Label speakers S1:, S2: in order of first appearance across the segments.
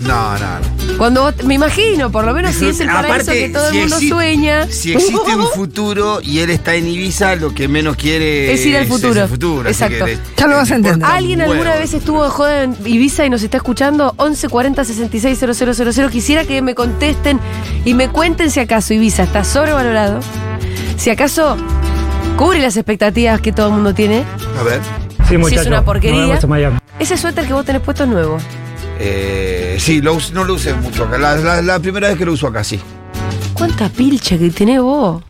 S1: No, no, no.
S2: Cuando vos- me imagino, por lo menos si es el paraíso que todo el mundo
S3: exi-
S2: sueña.
S3: Si existe un futuro y él está en Ibiza, lo que menos quiere
S2: Es ir al futuro.
S3: el futuro. así
S2: Exacto.
S3: que le-
S4: Ya lo vas a
S3: le importa
S4: entender.
S3: un
S2: ¿Alguien alguna
S3: huevo.
S2: vez estuvo de joda en Ibiza y nos está escuchando? 11 40 66 000. Quisiera que me contesten y me cuenten si acaso Ibiza está sobrevalorado. Si acaso cubre las expectativas que todo el mundo tiene.
S3: A ver.
S5: Sí, muchachos.
S2: es una porquería.
S5: Nos vemos en Miami.
S2: Ese suéter que vos tenés puesto es nuevo.
S3: Eh, sí, lo us- no lo usé mucho acá. La, la- la primera vez que lo uso acá, sí.
S2: ¿Cuánta pilcha que tenés vos?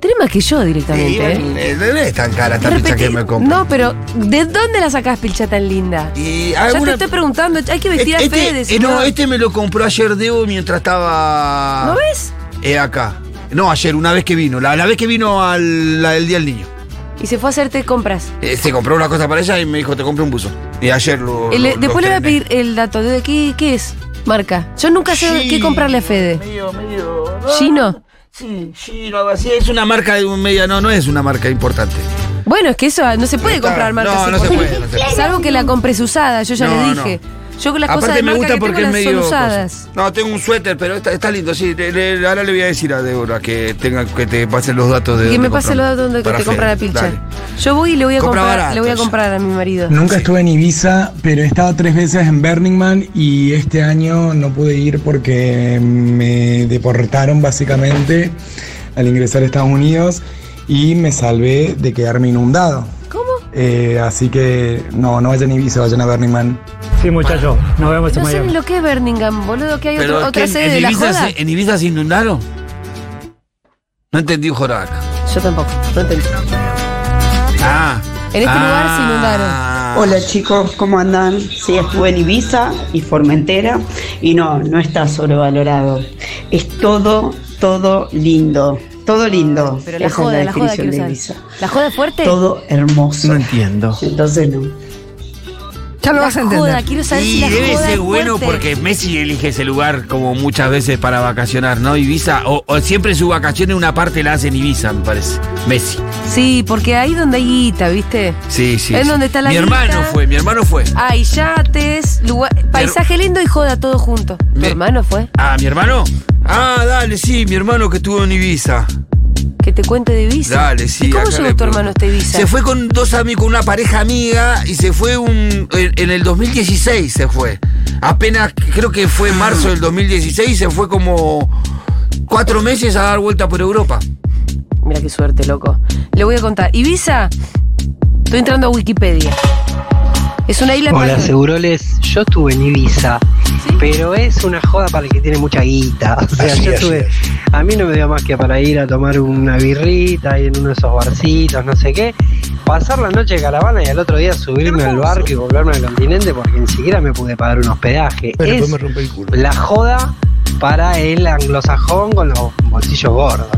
S2: Tenés más que yo
S3: Sí,
S2: directamente. ¿eh?
S3: bueno, eh, no es tan cara esta pizza que
S2: Repetí-
S3: me compro.
S2: no, pero ¿de dónde la sacás pilcha tan linda?
S3: Y
S2: Ya te
S3: alguna-
S2: estoy preguntando, hay que vestir a Fede.
S3: este,
S2: si
S3: eh, no,
S2: no-
S3: este me lo compró ayer Debo mientras estaba.
S2: ¿No ves?
S3: eh, acá. No, ayer, una vez que vino. La, la vez que vino al la del Día del Niño.
S2: Y se fue a hacerte compras.
S3: Eh, se compró una cosa para ella y me dijo, te compré un buzo. Y ayer lo.
S2: El-
S3: lo- lo
S2: después Eh, le voy a
S3: estrené.
S2: pedir el dato de qué, qué es marca. Yo nunca sé
S3: Sí.
S2: qué comprarle a Fede.
S3: Medio, medio.
S2: Gino.
S3: Sí, Gino, algo así. Es una marca de un media. No, no es una marca importante.
S2: Bueno, es que eso no se puede
S3: Está-
S2: comprar marca
S3: no,
S2: así
S3: no se
S2: porque-
S3: puede, no se puede.
S2: Salvo que la compres usada, yo ya
S3: No,
S2: le dije. Yo con las
S3: Aparte
S2: cosas de
S3: me
S2: marca
S3: gusta
S2: que
S3: porque
S2: tengo las
S3: es medio.
S2: son
S3: cosa.
S2: usadas.
S3: No, tengo un suéter, pero está, está lindo, sí. Le- le- ahora le voy a decir a Débora que tenga, que te pasen los datos de.
S2: Que
S3: dónde
S2: me pase los
S3: compramos.
S2: datos donde
S3: Para
S2: te compra la
S3: Fede,
S2: pilcha.
S3: dale.
S2: Yo voy y le voy a
S3: Compra
S2: comprar,
S3: barato,
S2: le voy a
S3: ya.
S2: comprar a mi marido.
S6: Nunca estuve en Ibiza, pero he estado tres veces en Burning Man y este año no pude ir porque me deportaron básicamente al ingresar a Estados Unidos y me salvé de quedarme inundado.
S2: ¿Cómo?
S6: Eh, así que no, no vayan a Ibiza, vayan a Burning Man.
S5: Sí, muchachos. Nos vemos en
S2: No sé
S5: Miami.
S2: ni lo que es Birmingham, boludo, que hay
S3: Este Pero
S2: otro-
S3: ¿qué?
S2: otra sede
S3: ¿en
S2: de la
S3: Ibiza
S2: joda.
S3: se- ¿En Ibiza se inundaron? No entendí, Joraca.
S2: Yo tampoco, no entendí.
S3: Ah.
S2: En este lugar se
S3: inundaron.
S7: Hola chicos, ¿cómo andan? Sí, estuve en Ibiza y Formentera y no, no está sobrevalorado. Es todo, todo lindo. Todo lindo.
S2: Pero la
S7: Esa
S2: joda, la
S7: es la
S2: joda
S7: definición
S2: quiero
S7: de
S2: usar.
S7: Ibiza.
S2: ¿La joda fuerte?
S7: Todo hermoso.
S8: entiendo.
S7: Entonces no.
S4: Ya lo
S2: la
S4: vas a entender.
S2: joda, quiero saber si
S3: Y
S2: la
S3: debe
S2: joda
S3: ser
S2: es
S3: bueno
S2: fuerte.
S3: porque Messi elige ese lugar como muchas veces para vacacionar, ¿no? Ibiza, o, o siempre su vacación en una parte la hace en Ibiza, me parece. Messi.
S2: Sí, porque ahí donde hay guita, ¿viste?
S3: Sí, sí.
S2: Es
S3: sí.
S2: donde está la
S3: Mi
S2: guita.
S3: hermano fue, mi hermano fue.
S2: Hay yates, lugar- paisaje lindo y joda todo junto. ¿Tu
S3: Me-
S2: hermano fue?
S3: Ah, ¿mi hermano? Ah, dale, sí, mi hermano que estuvo en Ibiza.
S2: Que te cuente de Ibiza.
S3: Dale, sí.
S2: ¿Y cómo
S3: acá le
S2: llegó tu
S3: pregunto.
S2: hermano a este Ibiza?
S3: Se fue con dos amigos, con una pareja amiga y se fue un, en, en el 2016 se fue. Apenas, creo que fue en marzo del 2016, se fue como cuatro meses a dar vuelta por Europa.
S2: Mira qué suerte, loco. Le voy a contar. Ibiza, estoy entrando a Wikipedia. Es una isla
S9: Hola,
S2: para-
S9: seguroles. Yo estuve en Ibiza, pero es una joda para el que tiene mucha guita. O sea,
S6: Así
S9: yo
S6: es.
S9: estuve. A mí no me dio más que para ir a tomar una birrita ahí en uno de esos barcitos, no sé qué. Pasar la noche de caravana y al otro día subirme al barco y volverme al continente porque ni siquiera me pude pagar un hospedaje.
S8: Pero
S9: es
S8: después me rompe el culo.
S9: la joda para el anglosajón con los bolsillos gordos.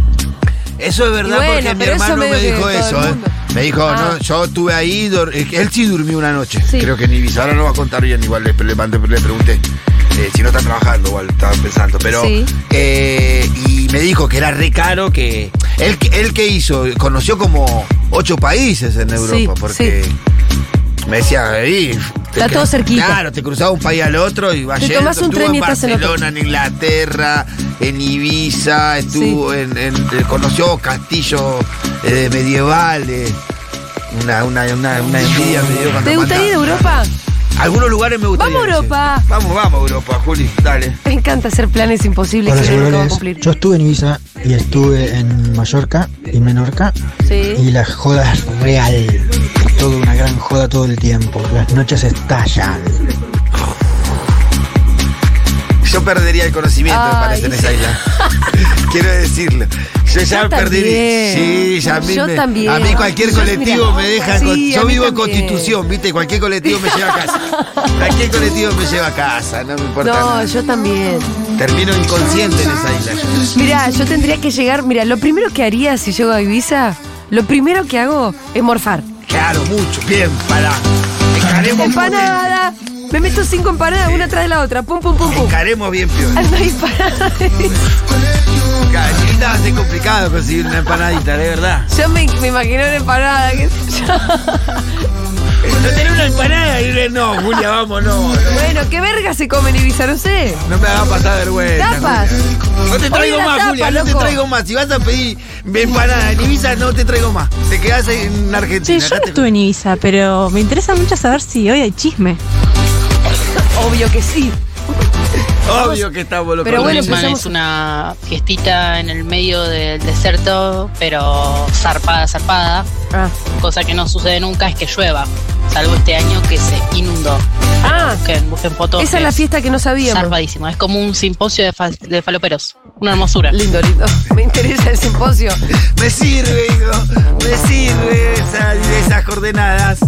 S3: Eso es verdad
S2: Y bueno,
S3: porque mi
S2: pero eso
S3: hermano
S2: medio
S3: me
S2: que
S3: dijo
S2: todo el
S3: eso, ¿eh?
S2: mundo.
S3: Me dijo,
S2: Ah.
S3: no, yo estuve ahí, dor- él sí durmió una noche.
S2: Sí.
S3: Creo que en Ibiza, ahora no va a contar bien, igual le, le mandé- le pregunté. eh, si no está trabajando, igual estaba pensando. Pero.
S2: Sí.
S3: eh, y me dijo que era re caro, que. Él, que- él que hizo, conoció como ocho países en Europa,
S2: Sí,
S3: porque. Me decía, ahí.
S2: Está todo cerquita.
S3: Claro, te cruzaba un país al otro y vas
S2: Te
S3: yendo.
S2: tomás un
S3: Estuvo
S2: tren y
S3: en
S2: estás en otro.
S3: Barcelona, en Inglaterra, en Ibiza, estuvo en, en- eh, conoció castillos eh, medievales. Una, una, una, una envidia me dio cuando
S2: ¿Te gusta ir a
S3: mandaba.
S2: Europa?
S3: Algunos lugares me gusta
S2: Vamos
S3: ir,
S2: a Europa.
S3: sí. Vamos, vamos a Europa, Juli, dale.
S2: Me encanta hacer planes imposibles
S8: Hola,
S2: que uno nunca va a
S8: seguroles.
S2: cumplir.
S8: Yo estuve en Ibiza y estuve en Mallorca y Menorca y
S2: Sí.
S8: la joda es real. Es toda una gran joda todo el tiempo. Las noches estallan.
S3: Yo perdería el conocimiento, me
S2: Ay.
S3: parece, en esa isla. Quiero decirlo. Yo ya
S2: Yo
S3: perdería.
S2: también.
S3: Sí, ya a mí
S2: Yo
S3: me-
S2: también.
S3: A mí cualquier
S2: Yo-
S3: colectivo
S2: mira.
S3: me deja.
S2: Sí,
S3: con-
S2: a
S3: yo
S2: mí
S3: vivo en
S2: también.
S3: Constitución, ¿viste? Cualquier colectivo me lleva a casa. Cualquier colectivo me lleva a casa, no me importa.
S2: No,
S3: nada.
S2: yo también.
S3: Termino inconsciente en esa isla.
S2: Mira, yo tendría que llegar. Mira, lo primero que haría si llego a Ibiza, lo primero que hago es morfar.
S3: Claro, mucho. Bien, para. Dejaremos
S2: Empanada. Me meto cinco empanadas una tras de la otra. Pum, pum, pum, pum.
S3: Encaremos bien, peor.
S2: Ando disparada.
S3: Chiquita va a ser complicado conseguir una empanadita, de verdad.
S2: Yo me, me imaginé una empanada. qué sé yo.
S3: No tenés una empanada y le- no, Julia, vamos, no. no.
S2: Bueno, ¿qué verga se come en Ibiza? No sé.
S3: No me hagas pasar vergüenza.
S2: Tapas.
S3: Julia. No te traigo
S2: Oye, la
S3: más,
S2: tapa,
S3: Julia, no
S2: loco.
S3: te traigo más. Si vas a pedir empanada en Ibiza, no te traigo más. Te quedás en
S1: Che,
S3: Argentina.
S1: yo
S3: Acá
S1: no
S3: te-
S1: estuve en Ibiza, pero me interesa mucho saber si hoy hay chisme.
S2: Obvio que sí.
S3: Obvio que estamos locos.
S2: Pero bueno,
S4: Burning Man
S2: empezamos-
S4: es una fiestita en el medio del desierto, pero zarpada, zarpada.
S2: Ah.
S4: Cosa que no sucede nunca es que llueva, salvo este año que se inundó.
S2: Ah.
S4: Busquen, busquen fotos.
S2: Esa es la fiesta que no sabíamos.
S4: Zarpadísimo. Es como un simposio de, fal- de faloperos. Una hermosura.
S2: Lindo, lindo. Me interesa el simposio.
S3: Me sirve, hijo. Me sirve esa- esas coordenadas.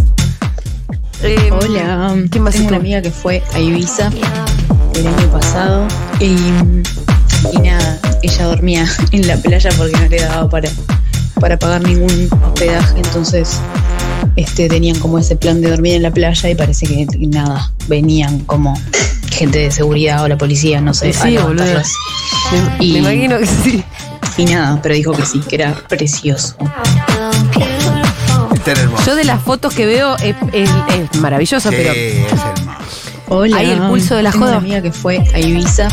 S2: Eh,
S10: Hola,
S2: ¿Qué más
S10: tengo
S2: hizo?
S10: una amiga que fue a Ibiza el año pasado y, y nada, ella dormía en la playa porque no le daba para, para pagar ningún hospedaje, entonces este, tenían como ese plan de dormir en la playa y parece que nada, venían como gente de seguridad o la policía, no sé,
S2: Sí,
S10: a
S2: boluda.
S10: levantarlas.
S2: Me,
S10: Y-
S2: me imagino que sí.
S10: Y nada, pero dijo que sí, que era precioso.
S3: Está hermoso.
S2: Yo de las fotos que veo es, es- es maravilloso,
S3: Sí,
S2: pero
S3: es hermoso.
S10: Hola,
S2: Ahí el pulso de la
S10: tengo
S2: joda.
S10: Una amiga que fue a Ibiza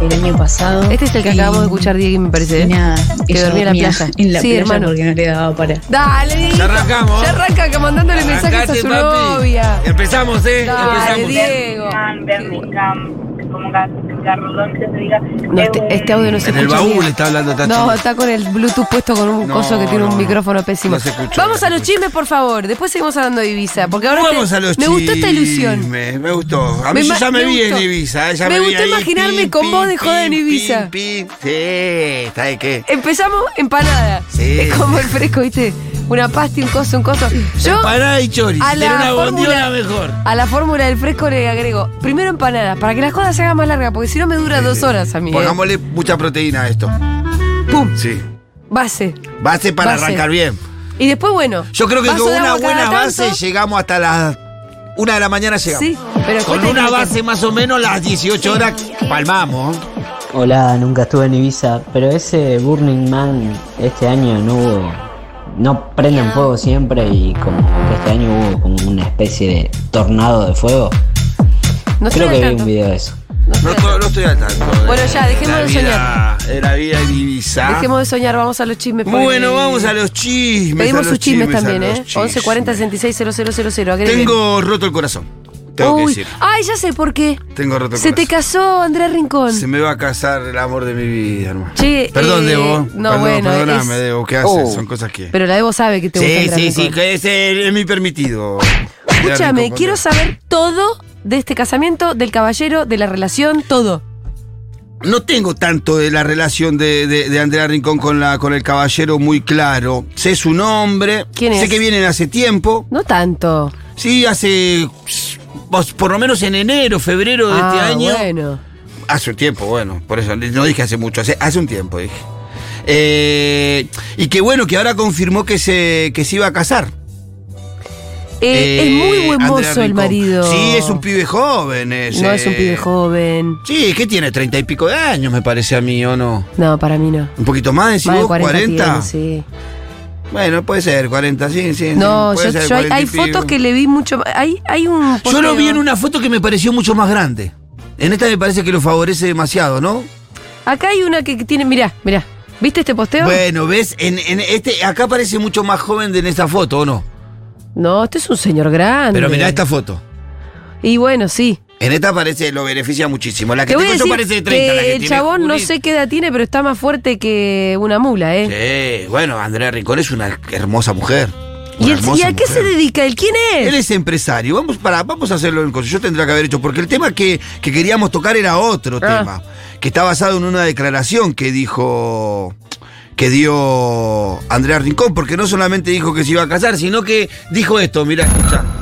S10: el año pasado.
S2: este es el que
S10: y-
S2: acabamos de escuchar, Diego, me parece.
S10: Y
S2: ¿eh?
S10: nada,
S2: Que
S10: ella
S2: dormía en la playa.
S10: En la
S2: Sí,
S10: playa
S2: hermano.
S10: porque no le daba para.
S2: Dale, Dieguito.
S3: Ya arrancamos.
S2: Ya arranca que mandándole mensajes a
S3: Arrancate,
S2: su
S3: papi.
S2: novia.
S3: Empezamos, ¿eh?
S2: Dale,
S3: Empezamos.
S2: Diego. No,
S4: No,
S2: este, este audio no se
S3: En el
S2: escucha.
S3: baúl
S2: bien.
S3: está hablando Tachi.
S2: No, está con el Bluetooth puesto con un
S3: No,
S2: coso que tiene
S3: no,
S2: un
S3: no.
S2: micrófono pésimo.
S3: No se escucha.
S2: Vamos a los chismes, por favor. Después seguimos hablando de Ibiza. Porque ahora
S3: Vamos
S2: te-
S3: a los
S2: me gustó esta
S3: chismes,
S2: ilusión.
S3: Me gustó. A mí
S2: Me
S3: yo
S2: ma-
S3: ya me,
S2: me
S3: vi
S2: gustó.
S3: en Ibiza. ¿eh? ya
S2: Me
S3: vi
S2: gustó
S3: ahí,
S2: imaginarme con voz de joda en Ibiza.
S3: pim, Sí, ¿está de qué?
S2: Empezamos empanada.
S3: Sí.
S2: Es como el fresco, ¿viste? Una pasta y un coso, un coso. Yo
S3: Empanada y choris.
S2: a
S3: Pero
S2: la
S3: una
S2: fórmula-
S3: bondiola mejor.
S2: a la fórmula del fresco le agrego primero empanadas, para que las cosas se hagan más largas, porque si no me dura dos horas a mí. ¿eh?
S3: Pongámosle mucha proteína a esto.
S2: Pum,
S3: Sí.
S2: base.
S3: Base para
S2: Base.
S3: arrancar bien.
S2: Y después, bueno.
S3: Yo creo que
S2: vaso
S3: con
S2: de
S3: una
S2: agua cada
S3: buena base
S2: tanto.
S3: llegamos hasta las una de la mañana llegamos.
S2: Sí, pero
S3: Con
S2: después
S3: una
S2: tenés que-
S3: base más o menos las 18 horas palmamos.
S11: Hola, nunca estuve en Ibiza, pero ese Burning Man este año no hubo. No prenden fuego siempre y como que este año hubo como una especie de tornado de fuego. Creo
S2: No estoy
S11: que
S2: al
S11: vi un
S2: tanto.
S11: video de eso.
S2: No estoy
S3: No,
S2: al
S3: to-
S2: tanto.
S3: no estoy al tanto. de
S2: Bueno, ya, dejemos
S3: la
S2: de
S3: vida-
S2: soñar.
S3: De la vida en Ibiza.
S2: Dejemos de soñar, vamos a los chismes.
S3: Muy bueno,
S2: Poli.
S3: vamos a los chismes. a
S2: Pedimos
S3: los
S2: sus chismes,
S3: a
S2: también,
S3: los
S2: ¿eh? 11 40 66 000. agreguen.
S3: Tengo roto el corazón. Tengo
S2: Uy,
S3: que decir.
S2: Ay, ya sé por qué.
S3: Tengo roto el
S2: Se te
S3: corazón.
S2: casó Andrés Rincón.
S3: Se me va a casar el amor de mi vida, hermano.
S2: Che,
S3: Perdón,
S2: eh,
S3: Debo.
S2: no,
S3: Perdón,
S2: bueno,
S3: Perdóname,
S2: es- Oh.
S3: Debo. ¿Qué haces? Son cosas que.
S2: Pero la Debo sabe que te gusta
S3: Sí,
S2: Andrés
S3: sí, sí,
S2: Rincón.
S3: que es, el- es mi permitido.
S2: Escúchame,
S3: Rincón,
S2: quiero
S3: ponte.
S2: saber todo de este casamiento, del caballero, de la relación, todo.
S3: No tengo tanto de la relación de, de- de Andrea Rincón con, la, con el caballero muy claro. Sé su nombre.
S2: ¿Quién es?
S3: Sé que vienen hace tiempo.
S2: No tanto.
S3: Sí, hace. pues, Por lo menos en enero, febrero de este
S2: Ah,
S3: año.
S2: Bueno.
S3: Hace un tiempo, bueno, por eso no dije hace mucho, hace, hace un tiempo dije. Eh, y que bueno, que ahora confirmó que se, que se iba a casar.
S2: Eh, es muy buen
S3: Andrea
S2: mozo el
S3: Rincón.
S2: marido.
S3: Sí, es un pibe joven. ese.
S2: No es un pibe joven.
S3: Sí, que tiene treinta y pico de años, me parece a mí, ¿o no?
S2: No, para mí no.
S3: Un poquito más, decís
S2: Más de
S3: vos,
S2: 40.
S3: 40.
S2: tiene, sí.
S3: Bueno, puede ser, 40, sí, sí.
S2: No,
S3: sí, eh,
S2: yo,
S3: puede ser,
S2: yo hay,
S3: 40 y
S2: hay
S3: pico.
S2: fotos que le vi mucho. más- Hay, hay un.
S3: Yo lo vi
S2: posteo.
S3: en una foto que me pareció mucho más grande. En esta me parece que lo favorece demasiado, ¿no?
S2: Acá hay una que tiene. Mirá, mirá. ¿Viste este posteo?
S3: Bueno, ves, en, en este, acá parece mucho más joven de en esta foto, ¿o no?
S2: No, este es un señor grande.
S3: Pero mirá esta foto.
S2: Y bueno, sí.
S3: En esta parece, lo beneficia muchísimo. La que
S2: Te voy a
S3: tengo
S2: decir
S3: yo parece de 30. la que
S2: que el
S3: tiene
S2: chabón no
S3: Judith.
S2: sé qué edad tiene, pero está más fuerte que una mula, ¿eh?
S3: Sí, bueno, Andrea Rincón es una hermosa mujer.
S2: ¿Y,
S3: Una
S2: el-
S3: hermosa
S2: ¿y a qué se
S3: mujer.
S2: dedica? ¿El quién es?
S3: Él es empresario. Vamos para, vamos a hacerlo en cosas. Yo tendría que haber hecho, porque el tema que, que queríamos tocar era otro
S2: Ah.
S3: tema, que está basado en una declaración que dijo que dio Andrea Rincón, porque no solamente dijo que se iba a casar, sino que dijo esto, mira,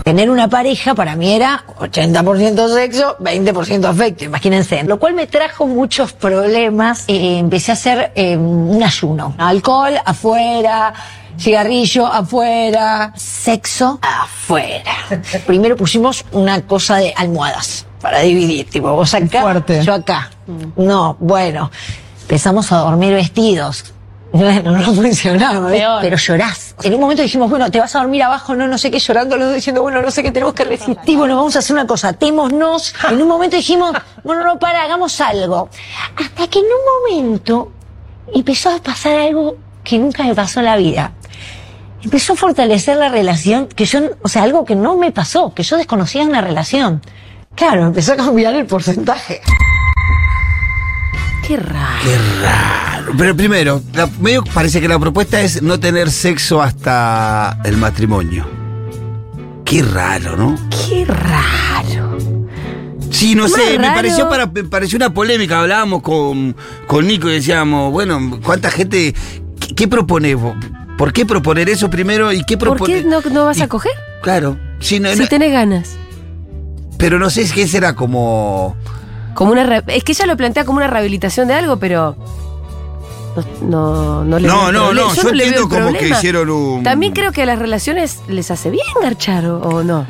S12: Tener una pareja para mí era 80% sexo, 20% afecto, imagínense. Lo cual me trajo muchos problemas. Eh, empecé a hacer eh, un ayuno. Alcohol afuera, cigarrillo afuera, sexo afuera. Primero pusimos una cosa de almohadas para dividir. Tipo, vos acá, yo acá. No, bueno. Empezamos a dormir vestidos. Bueno, no funcionaba, ¿ves? pero llorás. En un momento dijimos, bueno, te vas a dormir abajo, no, no sé qué, llorando los dos, diciendo, bueno, no sé qué, tenemos que resistir, bueno, vamos a hacer una cosa, atémonos. En un momento dijimos, bueno, no, para, hagamos algo. Hasta que en un momento empezó a pasar algo que nunca me pasó en la vida. Empezó a fortalecer la relación, que yo, o sea, algo que no me pasó, que yo desconocía en la relación. Claro, empezó a cambiar el porcentaje. Qué raro.
S3: Qué raro. Pero primero, la- medio parece que la propuesta es no tener sexo hasta el matrimonio. Qué raro, ¿no?
S2: Qué raro.
S3: Sí, no
S2: Más
S3: sé, me
S2: raro.
S3: pareció, para, me pareció una polémica. Hablábamos con, con Nico y decíamos, bueno, ¿cuánta gente. ¿Qué, qué proponés vos? ¿Por qué proponer eso primero y qué
S2: ¿Por qué
S3: proponer?
S2: no, no vas a coger?
S3: Claro. Sí, no,
S2: Si
S3: no-
S2: tenés ganas.
S3: Pero no sé qué será como.
S2: Como una re- es que ella lo plantea como una rehabilitación de algo, pero no, no le
S3: No,
S2: veo
S3: no,
S2: problema.
S3: no, yo,
S2: ¿eh? no le veo
S3: entiendo
S2: el
S3: como que
S2: problema.
S3: hicieron un.
S2: También creo que a las relaciones les hace bien garchar o, o no.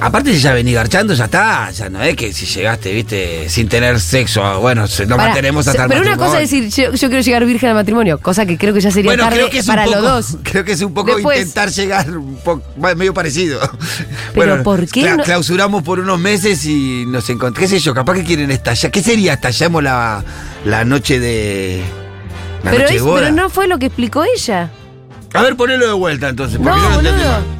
S3: Aparte, si ya venís garchando, ya está. Ya no es que si llegaste, viste, sin tener sexo, ah, bueno, se- lo
S2: Pará,
S3: mantenemos
S2: se-
S3: hasta el
S2: Pero una
S3: matrimonio.
S2: cosa es decir, yo, yo quiero llegar virgen al matrimonio, cosa que creo que ya sería
S3: Bueno,
S2: tarde
S3: creo que es un
S2: para
S3: poco,
S2: los dos.
S3: Creo que es un poco
S2: Después.
S3: intentar llegar un poco, va, medio parecido.
S2: Pero ¿por qué
S3: cla-
S2: no-
S3: clausuramos por unos meses y nos encontramos. ¿Qué sé yo? Capaz que quieren estallar. ¿Qué sería? Estallamos la, la noche de. La
S2: Pero,
S3: noche
S2: es-
S3: de boda.
S2: pero no fue lo que explicó ella.
S3: A ver, ponelo de vuelta entonces. porque
S2: No,
S3: yo entendí.
S2: boludo.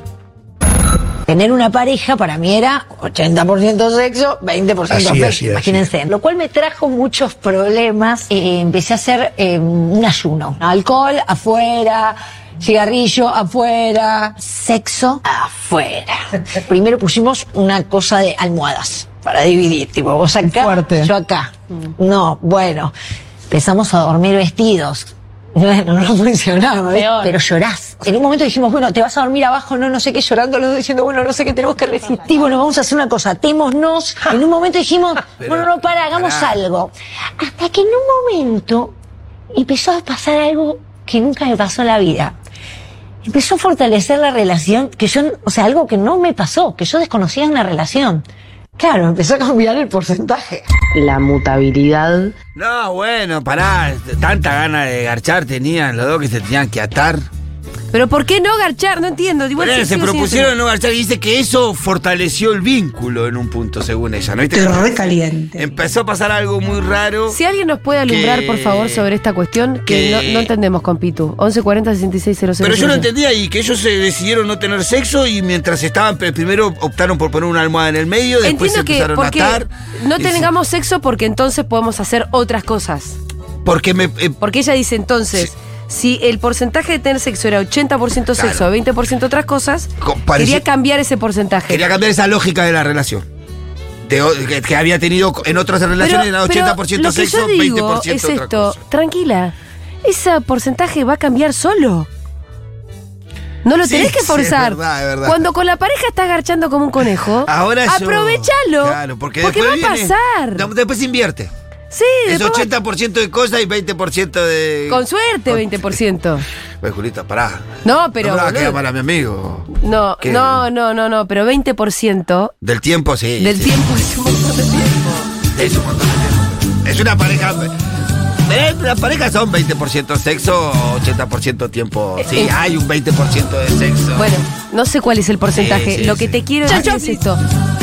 S12: Tener una pareja para mí era 80% sexo, 20%
S3: Así,
S12: afecto,
S3: así, así.
S12: imagínense. Lo cual me trajo muchos problemas. Eh, empecé a hacer eh, un ayuno. Alcohol afuera, cigarrillo afuera, sexo afuera. Primero pusimos una cosa de almohadas para dividir, tipo vos acá, yo acá. No, bueno, empezamos a dormir vestidos. Bueno, no funcionaba, ¿ves? pero llorás. En un momento dijimos, bueno, te vas a dormir abajo, no, no sé qué, llorando, los dos diciendo, bueno, no sé qué, tenemos que resistir, bueno, vamos a hacer una cosa, atémonos. En un momento dijimos,
S10: Pero,
S12: bueno, no, para, hagamos
S10: pará.
S12: algo. Hasta que en un momento empezó a pasar algo que nunca me pasó en la vida. Empezó a fortalecer la relación, que yo, o sea, algo que no me pasó, que yo desconocía en la relación. Claro, empezó a cambiar el porcentaje.
S13: La mutabilidad.
S3: No, bueno, pará. Tanta gana de garchar tenían los dos que se tenían que atar.
S2: Pero ¿por qué no garchar? No entiendo. Igual
S3: Pero
S2: sí,
S3: se
S2: sí, sí,
S3: propusieron
S2: sí.
S3: no garchar y dice que eso fortaleció el vínculo en un punto, según ella, ¿no? ¿Viste?
S2: Te
S13: recaliente.
S3: Empezó a pasar algo muy raro.
S2: Si alguien nos puede alumbrar,
S3: que-
S2: por favor, sobre esta cuestión, que,
S3: que-
S2: no, no entendemos con Pitu. 1140 6600.
S3: Pero yo lo entendía y que ellos se decidieron no tener sexo y mientras estaban, pe- primero optaron por poner una almohada en el medio, después se
S2: Entiendo que
S3: empezaron
S2: porque
S3: a atar.
S2: no
S3: Y se-
S2: tengamos sexo porque entonces podemos hacer otras cosas.
S3: Porque me. eh,
S2: Porque ella dice entonces, si el porcentaje de tener sexo era 80% sexo, 20% otras cosas,
S3: co- parecía-
S2: quería cambiar ese porcentaje.
S3: quería cambiar esa lógica de la relación. De o- que, que había tenido co- en otras relaciones, era 80%
S2: lo que
S3: sexo,
S2: yo digo
S3: 20%
S2: es
S3: otra
S2: esto,
S3: cosa.
S2: tranquila, ese porcentaje va a cambiar solo. No lo
S3: Sí,
S2: tenés que
S3: sí, es
S2: forzar.
S3: verdad, es verdad.
S2: Cuando con la pareja estás garchando como un conejo,
S3: Ahora yo-
S2: aprovechalo.
S3: Claro, porque,
S2: va
S3: después
S2: a
S3: viene-
S2: pasar.
S3: No, Después invierte.
S2: sí,
S3: Es
S2: después va-
S3: 80% de cosas y 20% de.
S2: con suerte 20%.
S3: Pues, Julita, pará.
S2: No, pero,
S3: No me va a
S2: boludo.
S3: quedar mal a mi amigo.
S2: No,
S3: ¿Qué?
S2: no, no, no, no, pero 20%
S3: Del tiempo, sí.
S2: del tiempo es un montón de tiempo.
S3: Es un montón de tiempo. Es una pareja. eh, Las parejas son 20% sexo, 80% tiempo. Sí,
S2: Eh,
S3: hay un 20% de sexo.
S2: Bueno, no sé cuál es el porcentaje.
S3: Sí, sí,
S2: Lo que
S3: sí.
S2: te quiero decir es esto.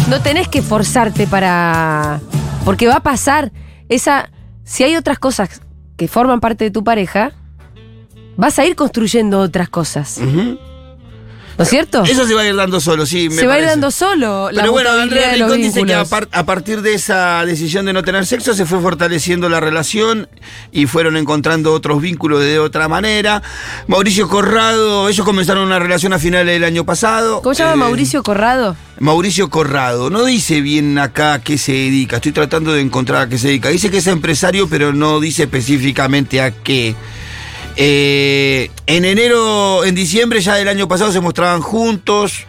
S2: No tenés que forzarte para. Porque va a pasar esa. Si hay otras cosas que forman parte de tu pareja, vas a ir construyendo otras cosas.
S3: Ujú.
S2: ¿No es cierto?
S3: Eso se va a ir dando solo, sí. me
S2: se va a ir
S3: parece.
S2: dando solo. la
S3: Pero bueno,
S2: mutabilidad
S3: Andrea
S2: de los
S3: Rincón dice que a,
S2: vínculos.
S3: par- a partir de esa decisión de no tener sexo se fue fortaleciendo la relación y fueron encontrando otros vínculos de otra manera. Mauricio Corrado, ellos comenzaron una relación a finales del año pasado.
S2: ¿Cómo se llama
S3: Eh,
S2: Mauricio Corrado?
S3: Mauricio Corrado, no dice bien acá a qué se dedica, estoy tratando de encontrar a qué se dedica. Dice que es empresario, pero no dice específicamente a qué. Eh, en enero, en diciembre ya del año pasado se mostraban juntos,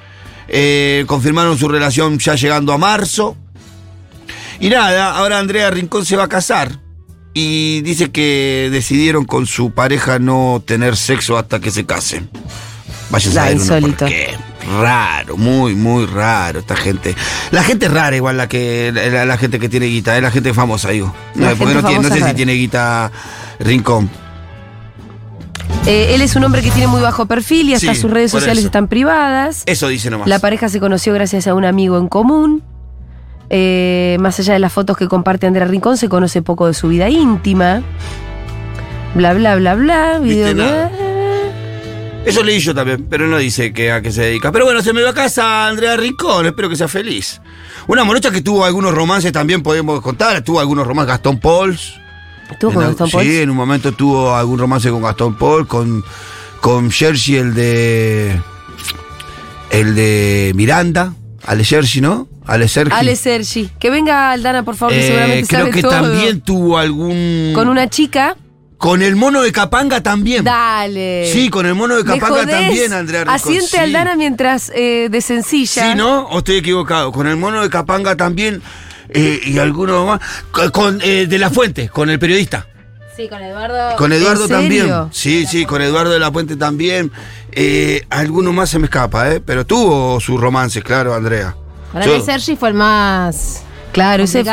S3: eh, confirmaron su relación ya llegando a marzo. Y nada, ahora Andrea Rincón se va a casar y dice que decidieron con su pareja no tener sexo hasta que se casen. Vaya a
S2: La
S3: saber uno por
S2: insólito.
S3: qué. Raro, muy, muy raro esta gente. La gente es rara igual la que la, la gente que tiene guita, es la gente famosa, digo. No,
S2: La
S3: porque
S2: gente
S3: no, tiene-
S2: famosa
S3: no
S2: es
S3: sé si
S2: rara.
S3: tiene guita Rincón.
S2: Eh, él es un hombre que tiene muy bajo perfil y hasta
S3: Sí,
S2: sus redes
S3: por
S2: sociales
S3: eso. Eh,
S2: están privadas.
S3: Eso dice nomás.
S2: La pareja se conoció gracias a un amigo en común. Eh, más allá de las fotos que comparte Andrea Rincón, se conoce poco de su vida íntima. Bla, bla, bla, bla.
S3: Viste
S2: Video Ah,
S3: nada. Eso leí yo también, pero no dice que, a qué se dedica. Pero bueno, se me va a casa Andrea Rincón, espero que sea feliz. Una morocha que tuvo algunos romances también podemos contar, tuvo algunos romances Gastón Pauls.
S2: ¿Tuvo con
S3: En al-
S2: Gastón Pauls?
S3: Sí, en un momento tuvo algún romance con Gastón Pauls, con, con Jersey, el de. El de Miranda, Ale Jersey, ¿no? Ale Sergi.
S2: Ale Sergi. Que venga Aldana, por favor, que
S3: Eh,
S2: seguramente
S3: creo
S2: sabe
S3: que
S2: todo.
S3: también tuvo algún.
S2: Con una chica.
S3: Con el mono de Capanga también.
S2: Dale.
S3: Sí, con el mono de
S2: Me
S3: Capanga
S2: jodés.
S3: también, Andrea Rincón.
S2: Asiente
S3: sí.
S2: Aldana mientras eh, de sencilla.
S3: Sí, ¿no? ¿O estoy equivocado? Con el mono de Capanga también eh, y alguno más. Con, con, eh, de la Fuente, con el periodista.
S2: Sí, con Eduardo.
S3: Con Eduardo
S2: ¿En serio?
S3: también. Sí, sí, con Eduardo de la Fuente también. Eh, alguno más se me escapa, ¿eh? Pero tuvo su romance, claro, Andrea.
S14: Para
S3: Yo-
S14: mí Sergi fue el más.
S2: Claro, ese-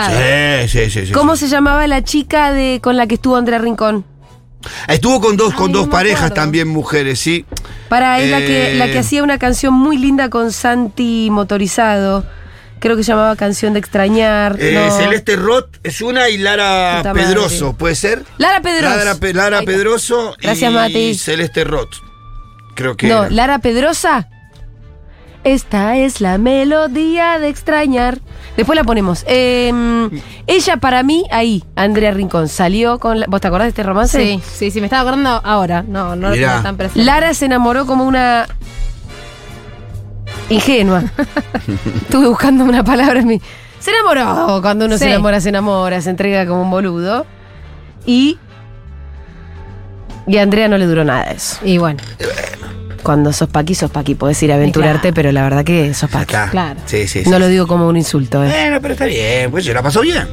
S3: Sí, sí, sí. sí,
S2: ¿Cómo
S3: sí.
S2: se llamaba la chica de con la que estuvo Andrea Rincón?
S3: Estuvo con dos, con
S2: Ay,
S3: dos
S2: no me
S3: parejas
S2: acuerdo.
S3: también, mujeres, sí.
S2: Para él, la, que,
S3: Eh.
S2: la que hacía una canción muy linda con Santi Motorizado. Creo que se llamaba Canción de Extrañar.
S3: Eh,
S2: no.
S3: Celeste Roth es una y Lara
S2: Puta madre.
S3: Pedroso, ¿puede ser?
S2: Lara Pedroso.
S3: Lara, Pe- Lara
S2: Ahí está.
S3: Pedroso y
S2: Gracias, Mati.
S3: Celeste Roth. Creo que.
S2: No,
S3: era.
S2: Lara Pedrosa. Esta es la melodía de extrañar. Después la ponemos. Eh, ella para mí, ahí, Andrea Rincón, salió con... la- ¿Vos te acordás de este romance?
S14: Sí, sí, sí, me estaba acordando ahora. No, no lo
S2: Mirá.
S14: tenía tan presente.
S2: Lara se enamoró como una... Ingenua. Estuve buscando una palabra en mí. Se enamoró. Cuando uno se
S14: Sí.
S2: enamora, se enamora, se entrega como un boludo. Y... Y a Andrea no le duró nada de eso.
S14: Y bueno,
S2: Cuando sos paqui, sos paqui. Podés ir a aventurarte, pero la verdad que sos paqui.
S3: Acá. Sí, sí, sí.
S2: No lo digo como un insulto, ¿eh?
S3: Bueno, pero está bien, pues se la pasó bien.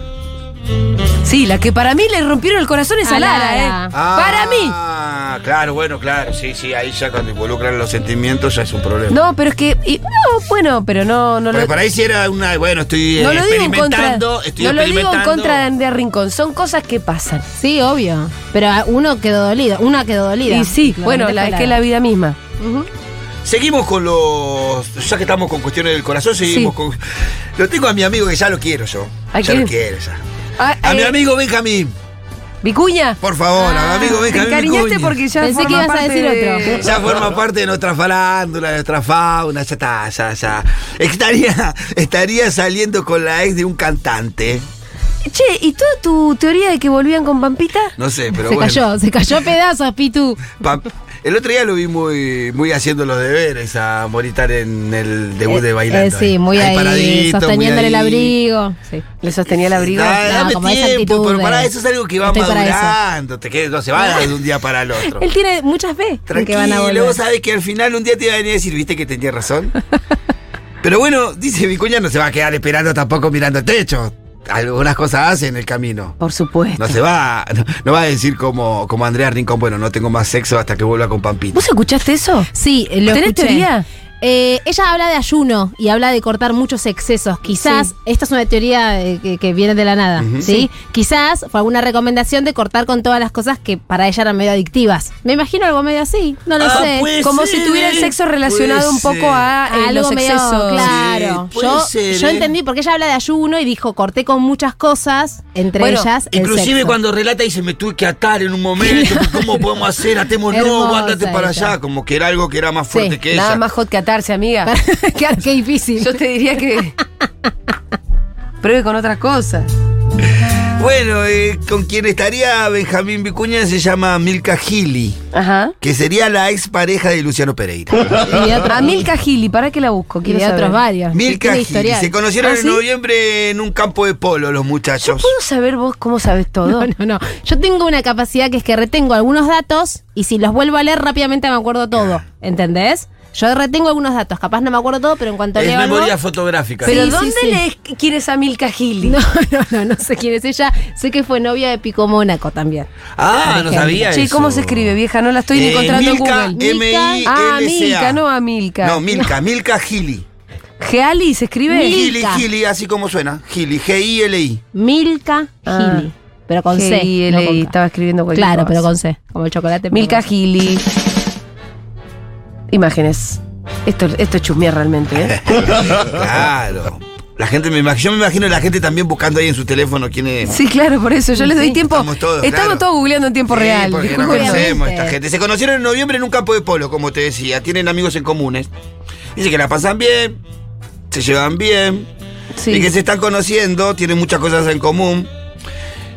S2: Sí, la que para mí le rompieron el corazón es a,
S14: A
S2: Lara,
S14: Lara.
S2: ¿eh? Para mí.
S3: Ah, claro, bueno, claro. Sí, sí, ahí ya cuando involucran los sentimientos ya es un problema.
S2: No, pero es que. y- no, bueno, pero no, no
S3: Porque
S2: lo.
S3: por ahí sí era una. Bueno, estoy eh,
S2: no lo digo en contra.
S3: experimentando. estoy
S2: no lo digo en
S3: experimentando.
S2: contra de Andrea Rincón. Son cosas que pasan.
S14: sí, obvio. Pero a- uno quedó dolido, una quedó dolida.
S2: Y sí,
S14: Claramente
S2: bueno, la-
S14: fue
S2: es que es la vida misma.
S14: Ujú.
S3: Seguimos con los. Ya que estamos con cuestiones del corazón, seguimos con. Lo tengo a mi amigo que ya lo quiero yo.
S2: ¿A
S3: ya
S2: quién?
S3: lo quiero ya.
S2: Ah,
S3: A mi
S2: eh,
S3: amigo Benjamín.
S2: ¿Vicuña?
S3: Por favor,
S14: Ah,
S3: a mi amigo
S2: Ah, Te
S3: Benjamín.
S2: encariñaste
S3: Vicuña.
S2: porque ya
S14: Pensé que
S2: forma
S14: ibas a
S2: parte
S14: decir
S2: de- Eh,
S14: otro.
S3: Ya forma parte de nuestra farándula, de nuestra fauna, ya está, ya, ya. Estaría, estaría saliendo con la ex de un cantante.
S2: Che, ¿y toda tu teoría de que volvían con Pampita?
S3: No sé, pero
S14: se
S3: bueno.
S14: cayó, se cayó a pedazos, Pitu.
S3: Pa- el otro día lo vi muy, muy haciendo los deberes a Moritar en el debut de
S14: Eh,
S3: bailando.
S14: sí, muy ahí,
S3: paradito, muy
S14: sosteniéndole el
S3: ahí.
S14: abrigo. Sí.
S2: Le sostenía el abrigo.
S3: Ah, dame
S14: como esa
S3: tiempo,
S14: actitud
S3: pero
S14: de-
S3: para eso es algo que va
S14: Estoy para eso.
S3: madurando, te quedas, no se va de un día para el otro.
S14: Él tiene muchas fe en que van a
S3: Tranquilo,
S14: volver.
S3: vos sabés que al final un día te iba a venir a decir, viste que tenía razón. Pero bueno, dice Vicuña, no se va a quedar esperando tampoco mirando el techo. Algunas cosas hace en el camino.
S2: Por supuesto.
S3: No se va, no, no va a decir como, como Andrea Rincón, bueno, no tengo más sexo hasta que vuelva con Pampita.
S2: ¿Vos escuchaste eso?
S14: Sí, lo
S2: ¿Tenés
S14: escuché.
S2: teoría?
S14: Eh, ella habla de ayuno y habla de cortar muchos excesos. Quizás,
S2: Sí.
S14: esta es una teoría eh, que, que viene de la nada,
S3: Ujú.
S14: ¿sí? Quizás fue alguna recomendación de cortar con todas las cosas que para ella eran medio adictivas. Me imagino algo medio así, no lo
S3: Ah,
S14: sé.
S3: puede
S2: Como
S3: ser,
S2: si tuviera el sexo
S3: puede
S2: relacionado un poco a eh,
S14: algo
S2: los
S14: medio
S2: excesos.
S14: claro.
S3: Sí, puede
S14: yo,
S3: ser,
S14: yo
S3: ¿eh?
S14: entendí porque ella habla de ayuno y dijo corté con muchas cosas, entre
S2: Bueno,
S14: ellas el
S3: Inclusive
S14: sexo.
S3: cuando relata dice, me tuve que atar en un momento, ¿cómo podemos hacer? Atemos no,
S14: Hermosa
S3: ándate para
S14: ella.
S3: allá, como que era algo que era más fuerte que
S2: Nada
S3: ella.
S2: más hot que atarse, amiga.
S14: claro, qué difícil.
S2: Yo te diría que. Pruebe con otras cosas.
S3: Bueno, eh, con quien estaría Benjamín Vicuña se llama Milka Gili,
S2: Ajá.
S3: que sería la ex pareja de Luciano Pereira.
S2: A Milka Gili, ¿para qué la busco?
S14: Y
S2: Quiero
S14: de
S2: saber.
S14: otros varios.
S3: Milka
S14: Tiene
S3: Gili.
S14: historial.
S3: Se conocieron
S2: ¿Ah,
S3: en
S2: sí?
S3: noviembre en un campo de polo los muchachos.
S2: ¿Puedo saber vos cómo sabes todo?
S14: No, no, no. Yo tengo una capacidad que es que retengo algunos datos y si los vuelvo a leer rápidamente me acuerdo todo. ¿Entendés? Yo retengo algunos datos. Capaz no me acuerdo todo, pero en cuanto
S3: Es
S14: leo algo...
S3: memoria fotográfica.
S2: Pero
S14: Sí, sí,
S2: ¿dónde
S14: sí.
S2: lees quién es a Milka Gili?
S14: No, no, no, no sé quién es ella. Sé que fue novia de Pico Mónaco también.
S3: Ah, no
S14: Por ejemplo.
S3: sabía
S2: Che,
S3: eso.
S2: ¿cómo se escribe, vieja? No la estoy
S3: Eh,
S2: encontrando
S3: Milka,
S2: en Google.
S3: M-I-L-C-A.
S2: Ah, Milka, no a Milka.
S3: No, Milka, Milka Gili.
S2: ¿Geali se escribe?
S3: Gili,
S14: Milka.
S3: Gili, así como suena. Gili, G-I-L-I.
S14: Milka
S2: Ah.
S14: Gili. pero con C.
S2: G-I-L-I,
S14: no con K.
S2: estaba escribiendo cualquier
S14: Claro,
S2: cosa.
S14: pero con C, como el chocolate. pero
S2: Milka
S14: con C.
S2: Gili. Imágenes. Esto, esto es chusmear realmente, ¿eh?
S3: claro. La gente me imagino, yo me imagino la gente también buscando ahí en su teléfono quién es.
S2: Sí, claro, por eso. Yo les doy tiempo.
S3: Estamos todos, claro.
S2: googleando en tiempo
S3: Sí,
S2: real.
S3: porque no
S2: discúlpenme.
S3: conocemos esta gente. Se conocieron en noviembre en un campo de polo, como te decía. Tienen amigos en comunes. Dice que la pasan bien, se llevan bien,
S2: Sí.
S3: y que se están conociendo, tienen muchas cosas en común.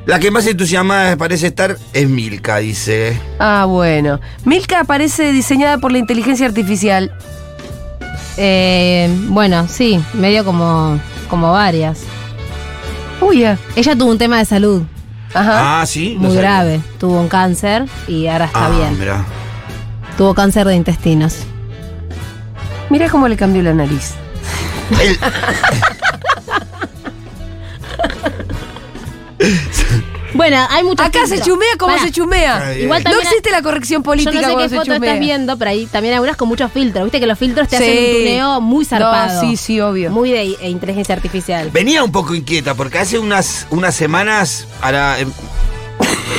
S3: La que más entusiasmada parece estar es Milka, dice.
S2: Ah, bueno. Milka aparece diseñada por la inteligencia artificial.
S14: Eh, bueno, sí, medio como, como varias.
S2: Uy, ya.
S14: Ella tuvo un tema de salud
S2: Ajá.
S3: Ah, sí. no
S14: muy
S3: sabía.
S14: grave. Tuvo un cáncer y ahora está
S3: Ah,
S14: bien.
S3: mirá.
S14: Tuvo cáncer de intestinos.
S2: Mira cómo le cambió la nariz.
S3: El-
S14: Bueno, hay muchas
S2: Acá se
S14: pintas.
S2: chumea como
S14: Pará.
S2: se chumea.
S3: Ay,
S14: Igual
S3: ay.
S2: No
S14: también-
S2: existe la corrección
S14: Yo
S2: política
S14: no sé
S2: cuando
S14: qué
S2: se
S14: foto
S2: chumea.
S14: estás viendo, pero ahí también algunas con muchos filtros. Viste que los filtros te
S2: Sí.
S14: hacen un tuneo muy
S2: No,
S14: zarpado.
S2: sí, sí, obvio.
S14: Muy de eh, inteligencia artificial.
S3: Venía un poco inquieta porque hace unas, unas semanas, hará, em,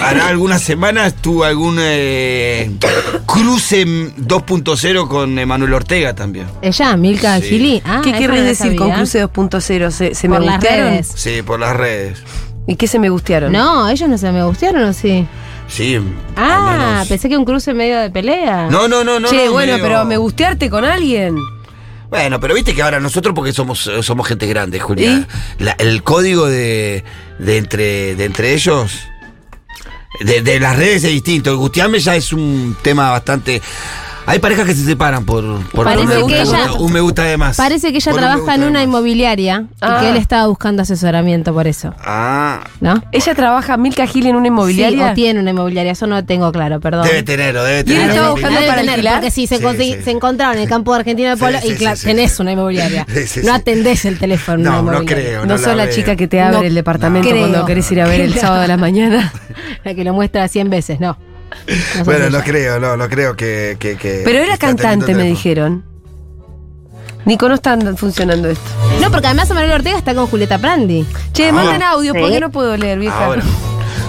S3: hará algunas semanas, tuvo algún eh, cruce en 2.0 con Emanuel Ortega también.
S14: Ella, Milka
S3: Sí.
S14: Gili. Ah,
S2: ¿Qué
S14: esa
S2: querés
S14: no la
S2: decir
S14: sabía.
S2: con Cruce 2.0? ¿Se, se me
S14: Por las
S2: gustearon?
S14: redes.
S3: Sí, por las redes.
S2: ¿Y qué se me gustearon?
S14: No, ellos no se me gustaron, ¿o sí?
S3: Sí. al
S14: Ah,
S3: menos.
S14: pensé que un cruce medio de pelea.
S3: No, no, no, no.
S2: che,
S3: no,
S2: bueno,
S3: medio-
S2: pero me gustearte con alguien.
S3: Bueno, pero viste que ahora nosotros, porque somos, eh, somos gente grande, Julia. la- el código de, de, entre, de entre ellos, de, de las redes es distinto. El gustearme ya es un tema bastante. Hay parejas que se separan por, por
S14: Parece
S3: un, me
S14: que
S3: gusta,
S14: ella-
S3: un me gusta de más.
S14: Parece que ella
S3: Por un me
S14: trabaja
S3: gusta
S14: en
S3: de
S14: una
S3: más.
S14: inmobiliaria
S2: Ah.
S14: y que él estaba buscando asesoramiento por eso,
S3: Ah,
S14: ¿no?
S2: Ella trabaja Milka Gil en una
S14: Sí, o
S2: inmobiliaria.
S14: tiene una inmobiliaria, eso no lo tengo claro, perdón.
S3: debe tenerlo, debe
S2: él
S3: tenerlo.
S2: estaba
S3: Sí,
S2: buscando
S3: sí,
S14: Debe
S2: para
S14: tener,
S2: alquilar?
S14: Porque si se,
S3: Sí,
S14: consi-
S3: sí.
S14: se encontraron en el campo de argentino de
S3: Sí,
S14: polo
S3: sí,
S14: y
S3: sí,
S14: claro,
S3: sí,
S14: tenés
S3: sí.
S14: una inmobiliaria.
S3: Sí, sí,
S14: no
S3: sí.
S14: atendés el teléfono. de
S3: No,
S14: una
S3: no
S14: inmobiliaria.
S3: creo.
S2: no
S3: No
S2: sos la
S3: veo.
S2: chica que te abre
S14: No
S2: el departamento
S14: creo.
S2: cuando querés ir a ver el
S14: Claro.
S2: sábado de la mañana.
S14: La que lo muestra 100 veces, no. No sos
S3: Bueno,
S14: ella.
S3: no creo, no, no creo que. que- que-
S2: Pero era
S3: que Eh, está teniendo
S2: cantante, me
S3: teléfono.
S2: dijeron. Nico, no está funcionando esto.
S14: No, porque además Manuel Ortega está con Julieta Prandi.
S2: Che,
S3: Ah.
S2: manden audio,
S10: Sí.
S2: porque no puedo leer, vieja.
S3: Ahora.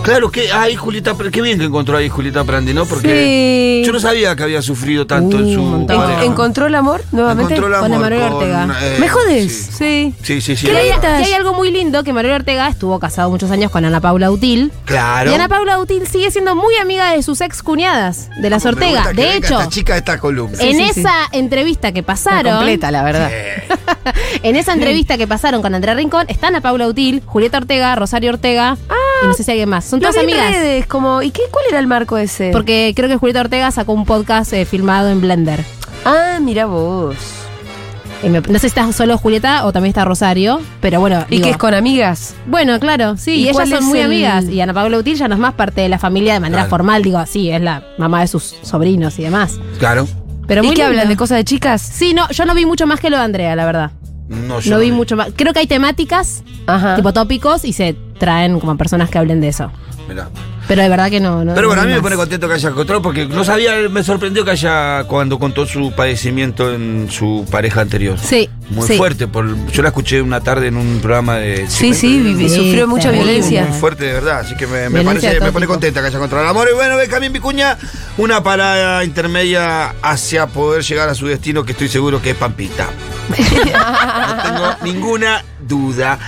S3: Claro que ahí Julieta, Pr- qué bien que encontró ahí Julieta Prandi, ¿no? Porque
S2: Sí.
S3: yo no sabía que había sufrido tanto en
S14: Uh, un
S3: su
S14: montón.
S3: pareja.
S2: Uh, En- ¿Encontró el amor nuevamente?
S3: Encontró el amor
S14: Con Emanuel
S3: con,
S14: Ortega.
S3: eh,
S2: ¿Me jodes?
S3: sí.
S2: Sí.
S3: Sí, sí, sí.
S14: Que hay,
S2: Claro.
S14: que hay algo muy lindo que Manuel Ortega estuvo casado muchos años con Ana Paula Util.
S3: Claro.
S14: Y Ana Paula Util sigue siendo muy amiga de sus ex cuñadas, de las
S3: Me
S14: Ortega.
S3: gusta que
S14: De
S3: venga
S14: hecho,
S3: Esta chica de esta columna.
S14: en
S2: Sí, sí, sí.
S14: esa entrevista que
S2: Está
S14: pasaron.
S2: completa, la verdad.
S14: En esa entrevista que pasaron con Andrea Rincón están Ana Paula Util, Julieta Ortega, Rosario Ortega y no sé si alguien más. Son
S2: Lo
S14: todas
S2: vi en
S14: amigas.
S2: redes, como, ¿y qué, cuál era el marco ese?
S14: Porque creo que Julieta Ortega sacó un podcast eh, filmado en Blender.
S2: ah, mira vos.
S14: Y me- no sé si está solo Julieta o también está Rosario, pero bueno.
S2: ¿Y
S14: digo-
S2: que es con amigas?
S14: Bueno, claro,
S2: ¿Y
S14: sí, y ellas
S2: cuál
S14: son
S2: es
S14: muy
S2: el-
S14: amigas. Y Ana Paula Util ya no es más parte de la familia de manera
S3: Claro.
S14: formal, digo, sí, es la mamá de sus sobrinos y demás.
S3: Claro.
S14: Pero
S2: ¿Y
S14: muy
S2: que
S14: lindo.
S2: hablan de cosas de chicas?
S14: Sí, no, yo no vi mucho más que lo de Andrea, la verdad.
S3: No, yo
S14: No vi
S3: no-
S14: mucho más. Creo que hay temáticas,
S2: Ajá.
S14: tipo tópicos, y se traen como personas que hablen de eso.
S3: Mirá.
S14: Pero de verdad que no. no
S3: Pero bueno, a
S14: no
S3: mí me
S14: vi más.
S3: pone contento que haya encontrado porque no sabía, me sorprendió que haya cuando contó su padecimiento en su pareja anterior.
S14: Sí.
S3: Muy
S14: sí.
S3: fuerte, por, yo la escuché una tarde en un programa de...
S2: Sí, sí, vivi-
S14: Sí,
S2: sufrió mucha
S14: terrible.
S2: violencia.
S3: Muy fuerte, de verdad. Así que me, me
S14: Violencia
S3: parece,
S14: de todo
S3: me pone
S14: tipo.
S3: contenta que haya encontrado el amor. Y bueno, Benjamín Vicuña, una parada intermedia hacia poder llegar a su destino, que estoy seguro que es Pampita. no tengo ninguna duda.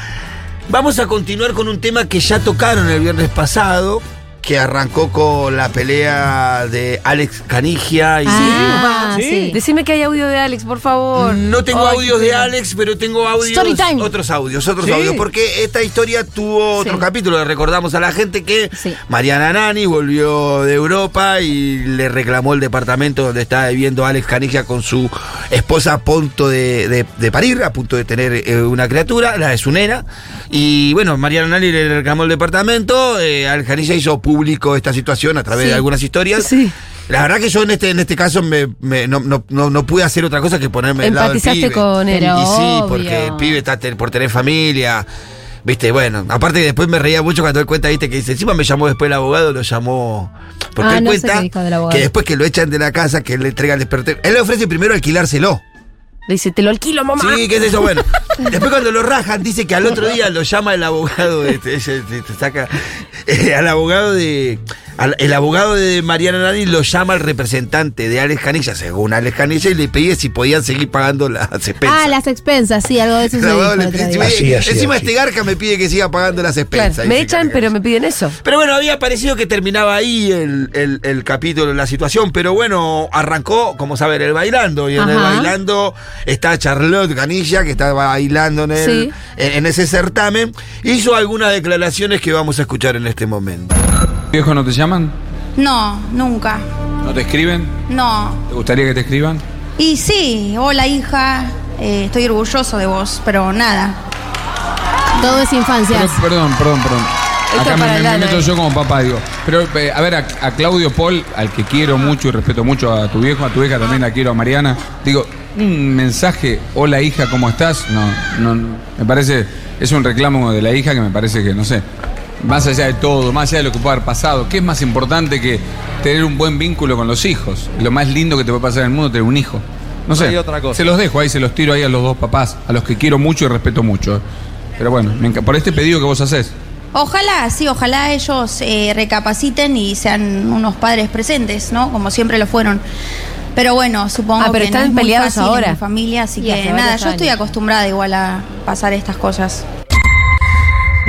S3: Vamos a continuar con un tema que ya tocaron el viernes pasado, que arrancó con la pelea de Alex Canigia y...
S14: Ah, sí.
S2: Decime que hay audio de Alex, por favor.
S3: No tengo
S2: Ay,
S3: audios
S2: qué
S3: de
S2: pena.
S3: Alex, pero tengo audios.
S14: Story time.
S3: Otros audios, otros
S5: Sí.
S3: audios. Porque esta historia tuvo otro
S14: Sí.
S3: capítulo. Le recordamos a la gente que
S14: Sí.
S3: Mariana Nani volvió de Europa y le reclamó el departamento donde estaba viviendo Alex Canigia con su esposa a punto de, de- de parir, a punto de tener eh, una criatura, la de su nena. Y bueno, Mariana Nani le reclamó el departamento. eh, Alex Canigia hizo público esta situación a través
S2: Sí.
S3: de algunas historias.
S2: Sí.
S3: La verdad que yo en este, en este caso me, me- no, no- no- no pude hacer otra cosa que ponerme del lado del
S2: Empatizaste
S3: pibe.
S2: con él.
S3: Y sí,
S14: Obvio.
S3: porque el pibe está te- por tener familia. Viste, bueno, aparte que después me reía mucho cuando él cuenta, viste, que dice, encima me llamó después el abogado, lo llamó. Porque
S14: Ah,
S3: él
S14: no sé
S3: cuenta
S14: qué dijo del abogado.
S3: que después que lo echan de la casa, que él le entrega el despertar. Él le ofrece primero alquilárselo.
S2: Le dice, te lo alquilo, mamá.
S3: Sí, qué es eso, bueno. Después cuando lo rajan, dice que al otro día lo llama el abogado, este, de- te, te- te- te saca, eh, al abogado de, al- el abogado de Mariana Nani lo llama al representante de Alex Canilla, según Alex Canilla, y le pide si podían seguir pagando las expensas.
S14: Ah, las expensas, sí, algo de eso
S3: El
S14: se dijo
S3: abogado
S14: el
S3: le
S14: otro
S3: pide-
S14: día.
S3: si me- Encima este garca me pide que siga pagando las expensas.
S2: Claro, me
S3: dice
S2: echan,
S3: Canilla.
S2: pero me piden eso.
S3: Pero bueno, había parecido que terminaba ahí el, el- el capítulo, la situación, pero bueno, arrancó, como saben, el bailando. Y en el
S15: Ajá.
S3: bailando está Charlotte Canilla, que está bailando en, el-
S15: Sí.
S3: en, en ese certamen. Hizo algunas declaraciones que vamos a escuchar en este momento.
S16: ¿Viejos no te llaman?
S17: No, nunca.
S16: ¿No te escriben?
S17: No.
S16: ¿Te gustaría que te escriban?
S17: Y sí, hola hija, eh, estoy orgulloso de vos, pero nada.
S14: Todo es infancia.
S16: Pero- perdón, perdón, perdón.
S17: Esto
S16: Acá
S17: es
S16: me,
S17: para
S16: me-
S17: Lalo,
S16: me meto
S17: eh.
S2: Ah,
S16: yo como papá, digo. Pero, eh, a ver, a, a Claudio Paul, al que quiero mucho y respeto mucho, a tu viejo, a tu vieja también la quiero, a Mariana. Digo, un mensaje, hola hija, ¿cómo estás? No, no, no. me parece, es un reclamo de la hija que me parece que, no sé, más allá de todo, más allá de lo que pueda haber pasado, ¿qué es más importante que tener un buen vínculo con los hijos? Lo más lindo que te puede pasar en el mundo es tener un hijo. No sé,
S18: Hay otra cosa.
S16: se los dejo ahí, se los tiro ahí a los dos papás, a los que quiero mucho y respeto mucho. Pero bueno, me enca- por este pedido que vos haces.
S17: Ojalá, sí, ojalá ellos eh, recapaciten y sean unos padres presentes, ¿no? Como siempre lo fueron. Pero bueno, supongo
S2: Ah, pero
S17: que
S2: están
S17: no es muy
S2: peleados
S17: fácil en
S2: ahora.
S17: mi familia, así
S2: Y
S17: que
S2: hace
S17: nada,
S2: varios
S17: yo estoy
S2: años.
S17: acostumbrada igual a pasar estas cosas.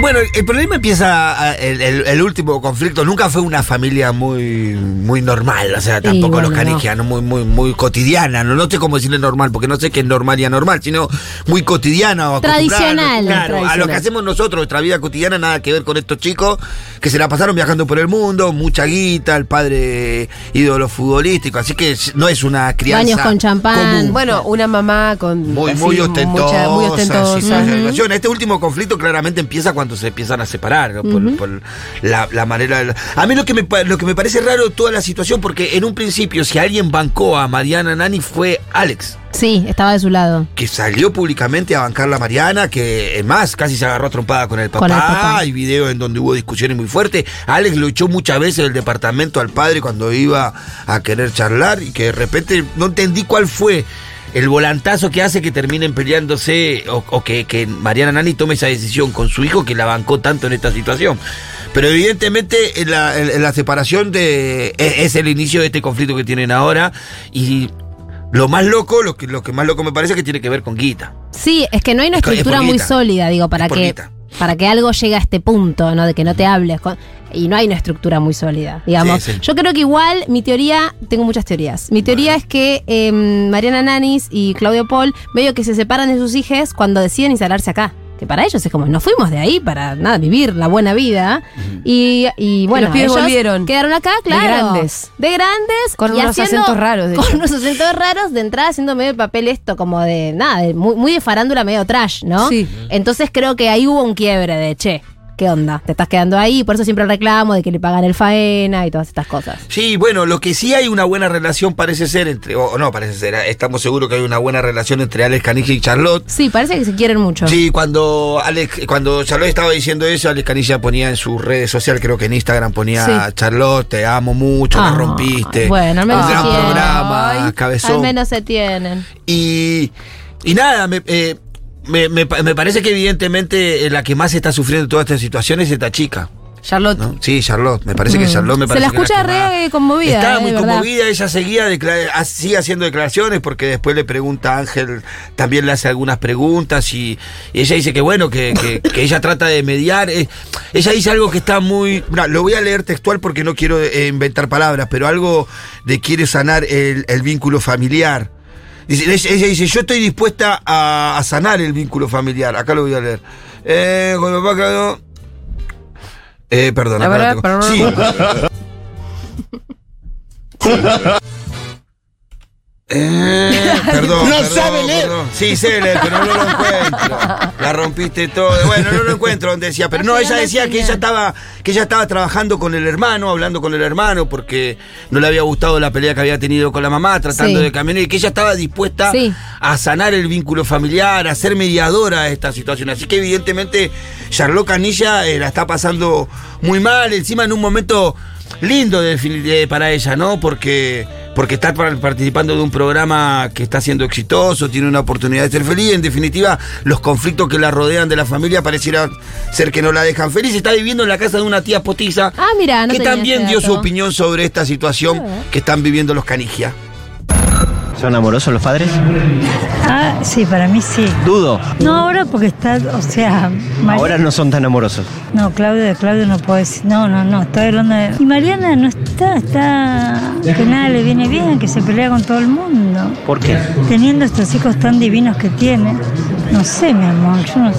S3: Bueno, el problema empieza, a- el, el- el último conflicto, nunca fue una familia muy, muy normal, o sea,
S15: Y
S3: tampoco
S15: bueno,
S3: los canigianos, muy, muy, muy cotidiana, no, no sé cómo decirle normal, porque no sé qué es normal y anormal, sino muy cotidiana. o acostumbrada,
S14: Tradicional,
S3: Claro, a lo
S14: tradicional.
S3: que hacemos nosotros, nuestra vida cotidiana, nada que ver con estos chicos que se la pasaron viajando por el mundo, mucha guita, el padre ídolo futbolístico, así que es- no es una crianza.
S14: Baños con champán.
S3: común.
S2: Bueno, una mamá con.
S3: Muy,
S2: así,
S3: muy
S2: mucha-
S3: ostentosa.
S2: muy ostentosa.
S3: sí, esa
S2: Ujú.
S3: relación. Este último conflicto claramente empieza cuando se empiezan a separar, ¿no? por,
S15: Ujú.
S3: por la, la manera... de la- A mí lo que, me, pa- lo que me parece raro toda la situación, porque en un principio si alguien bancó a Mariana Nani fue Alex.
S14: Sí, estaba de su lado.
S3: Que salió públicamente a bancar la Mariana, que es más, casi se agarró a trompada con el papá.
S14: Con el papá.
S3: Hay videos en donde hubo discusiones muy fuertes. Alex lo echó muchas veces del departamento al padre cuando iba a querer charlar y que de repente no entendí cuál fue el volantazo que hace que terminen peleándose o, o que, que Mariana Nani tome esa decisión con su hijo que la bancó tanto en esta situación. Pero evidentemente en la, en- en la separación de, es, es el inicio de este conflicto que tienen ahora y lo más loco, lo que, lo que más loco me parece es que tiene que ver con Guita.
S14: Sí, es que no hay una
S3: Es por- es
S14: estructura
S3: por
S14: muy
S3: guita.
S14: sólida, digo, para
S3: Es por
S14: que
S3: guita.
S14: para que algo llegue a este punto, ¿no? De que no te hables. con- y no hay una estructura muy sólida, digamos.
S19: Sí, sí.
S14: Yo creo que igual mi teoría, tengo muchas teorías. Mi teoría es que eh, Mariana Nanis y Claudio Paul medio que se separan de sus hijas cuando deciden instalarse acá. Que para ellos es como, nos fuimos de ahí para nada, vivir la buena vida. Y, y bueno,
S2: los pibes
S14: ellos
S2: volvieron.
S14: Quedaron acá,
S2: De
S14: claro.
S2: grandes.
S14: De grandes.
S2: Con
S14: y
S2: unos
S14: haciendo-
S2: acentos raros, de
S14: con
S2: hecho.
S14: unos acentos raros de entrada haciendo medio el papel esto como de nada, de muy, muy de farándula medio trash, ¿no?
S2: Sí.
S14: Entonces creo que ahí hubo un quiebre de che. ¿Qué onda? Te estás quedando ahí, por eso siempre el reclamo de que le pagan el faena y todas estas cosas.
S3: Sí, bueno, lo que sí hay una buena relación parece ser entre, o o no parece ser, ¿eh? estamos seguros que hay una buena relación entre Alex Canilla y Charlotte.
S14: Sí, parece que se quieren mucho.
S3: Sí, cuando Alex, cuando Charlotte estaba diciendo eso, Alex Canilla ponía en sus redes sociales, creo que en Instagram ponía
S14: Sí.
S3: Charlotte, te amo mucho, la
S14: Ah,
S3: rompiste.
S14: bueno, al menos
S3: un gran
S14: se quieren.
S3: programa, cabezón.
S14: Al menos se tienen.
S3: Y, y nada, me, eh, me- me pa- me parece que evidentemente eh, la que más está sufriendo todas estas situaciones es esta chica.
S2: Charlotte.
S3: ¿no? Sí, Charlotte. Me parece que
S14: Mm.
S3: Charlotte me
S14: se
S3: parece
S14: la
S3: que es
S14: escucha
S3: que más-
S14: re conmovida.
S3: Estaba
S14: eh,
S3: muy
S14: de verdad.
S3: conmovida, ella seguía decla- ha- sigue haciendo declaraciones porque después le pregunta a Ángel, también le hace algunas preguntas y, y ella dice que bueno, que, que- que ella trata de mediar. eh, ella dice algo que está muy... mirá, lo voy a leer textual porque no quiero eh, inventar palabras, pero algo de quiere sanar el, el vínculo familiar. Dice- ella ella dice, yo estoy dispuesta a, a sanar el vínculo familiar. Acá lo voy a leer. Eh, con los pájaros- Eh, perdón,
S15: A
S3: acá
S15: ver,
S3: lo tengo. Sí. Eh, perdón.
S15: No
S3: perdón,
S15: sabe leer.
S3: perdón. Sí, sé leer, pero no lo encuentro. La rompiste todo. Bueno, no lo encuentro donde decía. Pero no, ella decía que ella estaba, que ella estaba trabajando con el hermano, hablando con el hermano, porque no le había gustado la pelea que había tenido con la mamá, tratando
S15: Sí.
S3: de caminar, y que ella estaba dispuesta a sanar el vínculo familiar, a ser mediadora de esta situación. Así que evidentemente Charlotte Canilla eh, la está pasando muy mal, encima en un momento lindo de- de- para ella, ¿no? Porque porque está par- participando de un programa que está siendo exitoso, tiene una oportunidad de ser feliz. En definitiva, los conflictos que la rodean de la familia pareciera ser que no la dejan feliz. Está viviendo en la casa de una tía potiza
S14: Ah, mira, no
S3: que
S14: tenía Ah.
S3: también
S14: ese
S3: dio su
S14: dato.
S3: opinión sobre esta situación que están viviendo los canigia.
S15: ¿Son amorosos los padres?
S18: Ah, sí, para mí sí.
S15: Dudo.
S18: No ahora porque está, o sea, Mari-
S15: Ahora no son tan amorosos.
S18: no, Claudio, de Claudio no puedo decir, no, no, no, estoy hablando de... Y Mariana no está, está, que nada le viene bien, que se pelea con todo el mundo.
S15: ¿Por qué?
S18: Teniendo estos hijos tan divinos que tiene, no sé, mi amor, yo no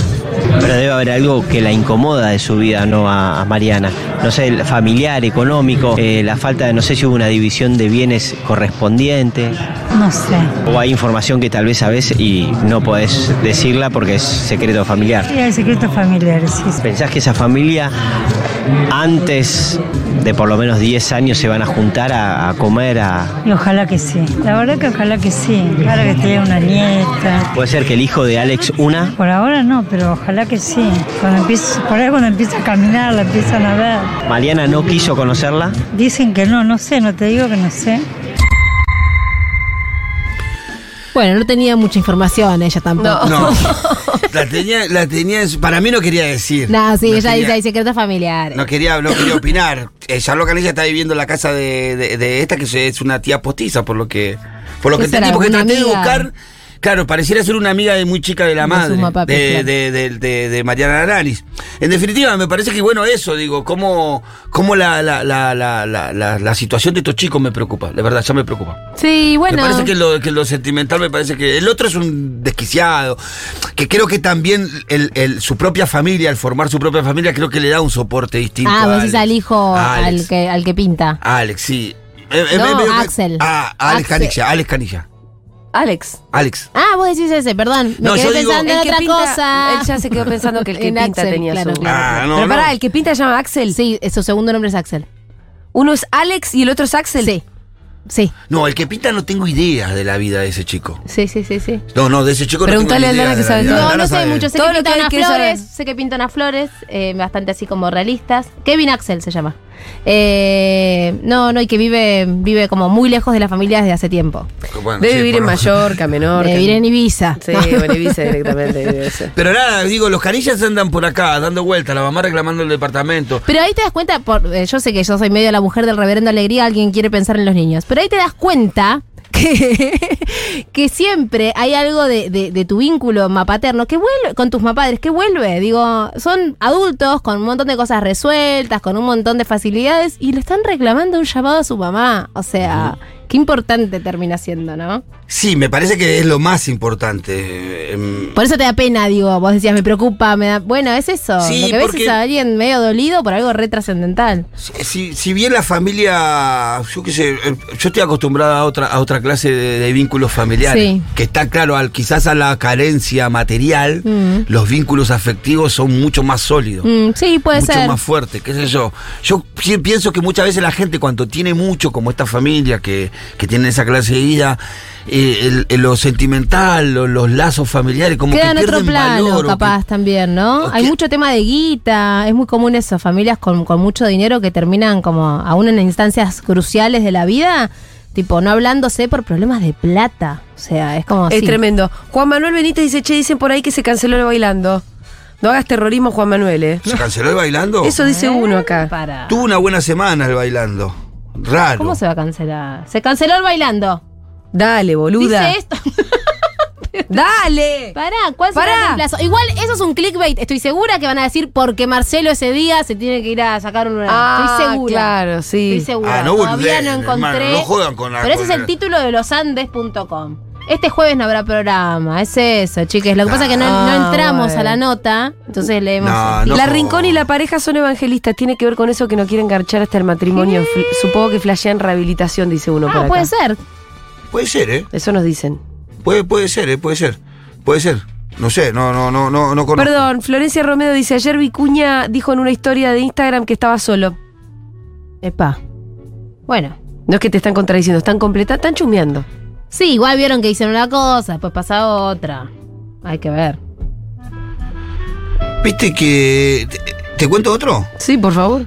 S15: Pero debe haber algo que la incomoda de su vida, ¿no? A, a Mariana. No sé, el familiar, económico, eh, la falta de, no sé si hubo una división de bienes correspondiente.
S18: no sé.
S15: O hay información que tal vez sabes y no podés decirla porque es secreto familiar.
S18: Sí, hay secretos familiares, sí, sí.
S15: ¿Pensás que esa familia antes de por lo menos 10 años se van a juntar a, a comer? A...
S18: Y ojalá que sí. La verdad que ojalá que sí. Claro que tenga una nieta.
S15: ¿Puede ser que el hijo de Alex una?
S18: Por ahora no, pero ojalá que sí. Cuando empiece, por ahí cuando empieza a caminar, la empiezan a ver.
S15: ¿Mariana no quiso conocerla?
S18: Dicen que no, no sé, no te digo que no sé.
S14: Bueno, no tenía mucha información ella tampoco.
S3: No. La tenía, la tenía, en su- para mí no quería decir.
S14: No, sí, ella
S3: quería-
S14: dice, hay secretos familiares.
S3: No quería, no quería opinar. Eh, Charlotte Canilla está viviendo en la casa de, de- de esta, que se- es una tía postiza, por lo que, por lo que
S14: ¿Qué será,
S3: entendí, porque
S14: alguna
S3: traté de
S14: amiga?
S3: buscar. Claro, pareciera ser una amiga de muy chica de la
S14: De
S3: madre,
S14: su mapapi,
S3: de,
S14: claro.
S3: de- de- de- de Mariana Aranis. En definitiva, me parece que, bueno, eso, digo, cómo, cómo la, la, la- la- la- la- la situación de estos chicos me preocupa, la verdad, ya me preocupa.
S14: Sí, bueno.
S3: Me parece que lo, que lo sentimental me parece que el otro es un desquiciado, que creo que también el- el- su propia familia, al formar su propia familia, creo que le da un soporte distinto.
S14: Ah,
S3: a
S14: vos
S3: Alex.
S14: decís al hijo,
S3: Alex.
S14: al que, al que pinta.
S3: Alex, sí. Eh, eh,
S14: No,
S3: medio que-
S14: Axel.
S3: Ah, Alex
S14: Axel.
S3: Canilla, Alex Canilla.
S2: Alex.
S3: Alex.
S14: Ah, vos decís ese, perdón. Me
S3: No,
S14: quedé
S3: yo digo-
S14: pensando en
S2: El que
S14: otra
S2: pinta-
S14: cosa.
S2: él ya se quedó pensando que el que
S14: En
S2: pinta
S14: Axel,
S2: tenía
S14: claro,
S2: su-
S14: claro.
S3: Ah, no,
S2: Pero
S3: no.
S2: pará, el que pinta se llama Axel.
S14: Sí, su segundo nombre es Axel.
S2: Uno es Alex y el otro es Axel.
S14: Sí. Sí,
S3: No, el que pinta no tengo idea de la vida de ese chico.
S14: sí, sí, sí. sí.
S3: No, no, de ese chico
S2: Preguntale
S3: no tengo
S2: a
S3: idea.
S2: Aldana
S3: de
S2: que
S3: la
S2: sabe
S3: vida.
S2: todo.
S3: Aldana
S14: No sé
S3: sabe.
S14: mucho, sé
S2: Todo
S14: que
S2: lo que
S14: pintan
S2: hay
S14: unas
S2: que saber.
S14: flores, sé que pintan unas flores, eh, bastante así como realistas. Kevin Axel se llama. Eh, no, no, y que vive, vive como muy lejos de la familia desde hace tiempo.
S3: Bueno,
S2: Debe
S3: Ah, sí,
S2: vivir
S3: por
S2: en
S3: lo-
S2: Mallorca, Menorca.
S14: Eh, vive en Ibiza.
S2: Sí, o en Ibiza directamente. vive ese.
S3: Pero nada, digo, los canillas andan por acá, dando vueltas, la mamá reclamando el departamento.
S14: Pero ahí te das cuenta, por, eh, yo sé que yo soy medio la mujer del reverendo Alegría, alguien quiere pensar en los niños, pero ahí te das cuenta que, que siempre hay algo de, de- de tu vínculo mapaterno que vuelve, con tus mapadres, que vuelve. Digo, son adultos con un montón de cosas resueltas, con un montón de facilidades y le están reclamando un llamado a su mamá. O sea, qué importante termina siendo, ¿no?
S3: Sí, me parece que es lo más importante. em,
S14: Por eso te da pena, digo, vos decías, me preocupa, me da... Bueno, es eso.
S3: Sí,
S14: Lo que ves
S3: porque-
S14: es a alguien medio dolido por algo re trascendental.
S3: Si, si bien la familia, yo qué sé, eh, yo estoy acostumbrada a otra, a otra clase de, de vínculos familiares,
S14: Sí.
S3: que está claro, al, quizás a la carencia material,
S14: Mm.
S3: los vínculos afectivos son mucho más sólidos.
S14: Mm, sí, puede
S3: mucho
S14: ser.
S3: más fuerte, qué sé yo. Yo pi- pienso que muchas veces la gente cuando tiene mucho, como esta familia que, que tiene esa clase de vida, eh, el- el- lo sentimental, lo- los lazos familiares, como
S14: Queda en
S3: que
S14: otro
S3: pierden
S14: plano,
S3: valor. o que-
S14: capaz también, ¿no?
S3: o
S14: Hay
S3: que-
S14: mucho tema de guita, es muy común eso, familias con, con mucho dinero que terminan como aún en instancias cruciales de la vida, tipo no hablándose por problemas de plata. O sea, es como
S2: Es
S14: así.
S2: tremendo. Juan Manuel Benítez dice, che, dicen por ahí que se canceló el bailando. No hagas terrorismo, Juan Manuel, eh.
S3: ¿Se canceló el bailando?
S2: Eso dice uno
S14: Eh,
S2: acá.
S14: Para.
S3: Tuvo una buena semana el bailando. Raro.
S14: ¿Cómo se va a cancelar? Se canceló el bailando.
S2: Dale, boluda.
S14: Dice esto.
S2: Dale.
S14: Pará, ¿cuál será
S2: Pará.
S14: el reemplazo? Igual, eso es un clickbait. Estoy segura que van a decir porque Marcelo ese día se tiene que ir a sacar un...
S2: Ah,
S14: Estoy segura.
S2: claro, sí.
S14: Estoy segura.
S3: Ah, no
S14: Todavía
S3: boludeen,
S14: no encontré.
S3: hermano, no jodan con la-
S14: Pero ese
S3: con
S14: es el
S3: la-
S14: título de losandes.com. Este jueves no habrá programa, es eso, chiques. Lo que pasa es que no,
S2: Ah,
S14: no entramos
S2: bueno.
S14: a la nota, entonces leemos.
S3: No,
S14: el
S3: no.
S2: La
S14: título.
S2: Rincón y la pareja son evangelistas. Tiene que ver con eso que no quieren garchar hasta el matrimonio. Fl- Supongo que flashean rehabilitación, dice uno por
S14: ah,
S2: acá.
S14: puede ser.
S3: Puede ser, ¿eh?
S2: Eso nos dicen.
S3: Puede, puede ser, ¿eh? Puede ser. Puede ser. No sé, no, no, no, no, no conozco.
S2: Perdón, Florencia Romero dice, ayer Vicuña dijo en una historia de Instagram que estaba solo. Epa.
S14: Bueno.
S2: No es que te están contradiciendo, están completa, están chumeando.
S14: Sí, igual vieron que hicieron una cosa, después pasa otra. Hay que ver.
S3: ¿Viste que. Te, te cuento otro?
S2: Sí, por favor.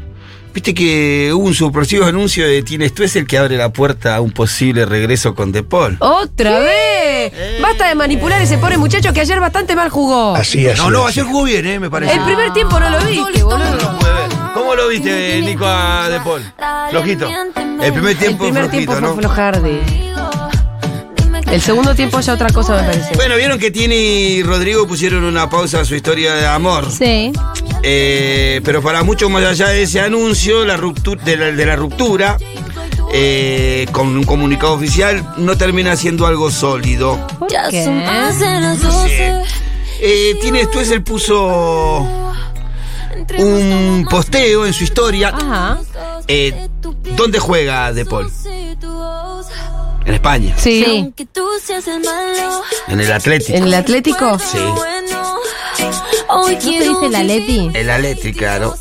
S3: Viste que hubo un sorpresivo anuncio de Tienes tú es el que abre la puerta a un posible regreso con De Paul.
S2: ¡Otra vez! Basta de manipular ese pobre muchacho que ayer bastante mal jugó.
S3: No, no, ayer jugó bien, eh, me parece.
S2: El primer tiempo no lo vi, boludo.
S3: ¿Cómo lo viste, Nico, a De Paul? Flojito. El primer tiempo
S2: El primer tiempo
S3: flojito,
S2: fue
S3: ¿no?
S2: flojardi. El segundo tiempo ya otra cosa me parece.
S3: Bueno, vieron que Tini y Rodrigo pusieron una pausa a su historia de amor.
S14: Sí.
S3: Eh, pero para mucho más allá de ese anuncio, la ruptu- de, la, de la ruptura, eh, con un comunicado oficial, no termina siendo algo sólido.
S14: ¿Qué?
S3: Eh, Tienes tú es el puso un posteo en su historia. Eh, ¿Dónde juega De Paul? En España.
S2: Sí.
S3: En el Atlético.
S2: ¿En el Atlético?
S3: Sí.
S14: ¿No te dice la Leti?
S3: El Atlético, claro.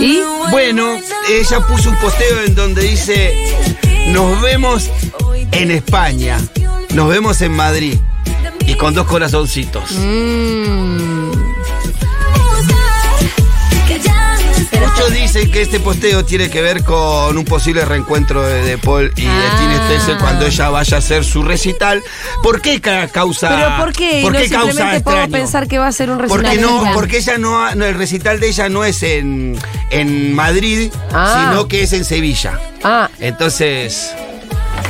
S2: ¿Y?
S3: Bueno, ella puso un posteo en donde dice, Eh, nos vemos en España, nos vemos en Madrid. Y con dos corazoncitos.
S2: Mm.
S3: Muchos dicen que este posteo tiene que ver con un posible reencuentro de, de Paul y de Tini
S2: Ah.
S3: Stoessel cuando ella vaya a hacer su recital. ¿Por qué ca- causa?
S2: Pero ¿por qué?
S3: ¿Por
S2: no
S3: qué
S2: simplemente
S3: causa este
S2: puedo
S3: extraño?
S2: pensar que va a ser un resultado.
S3: Porque no, porque ella no, ha- no, el recital de ella no es en, en Madrid,
S2: Ah.
S3: sino que es en Sevilla.
S2: Ah.
S3: Entonces,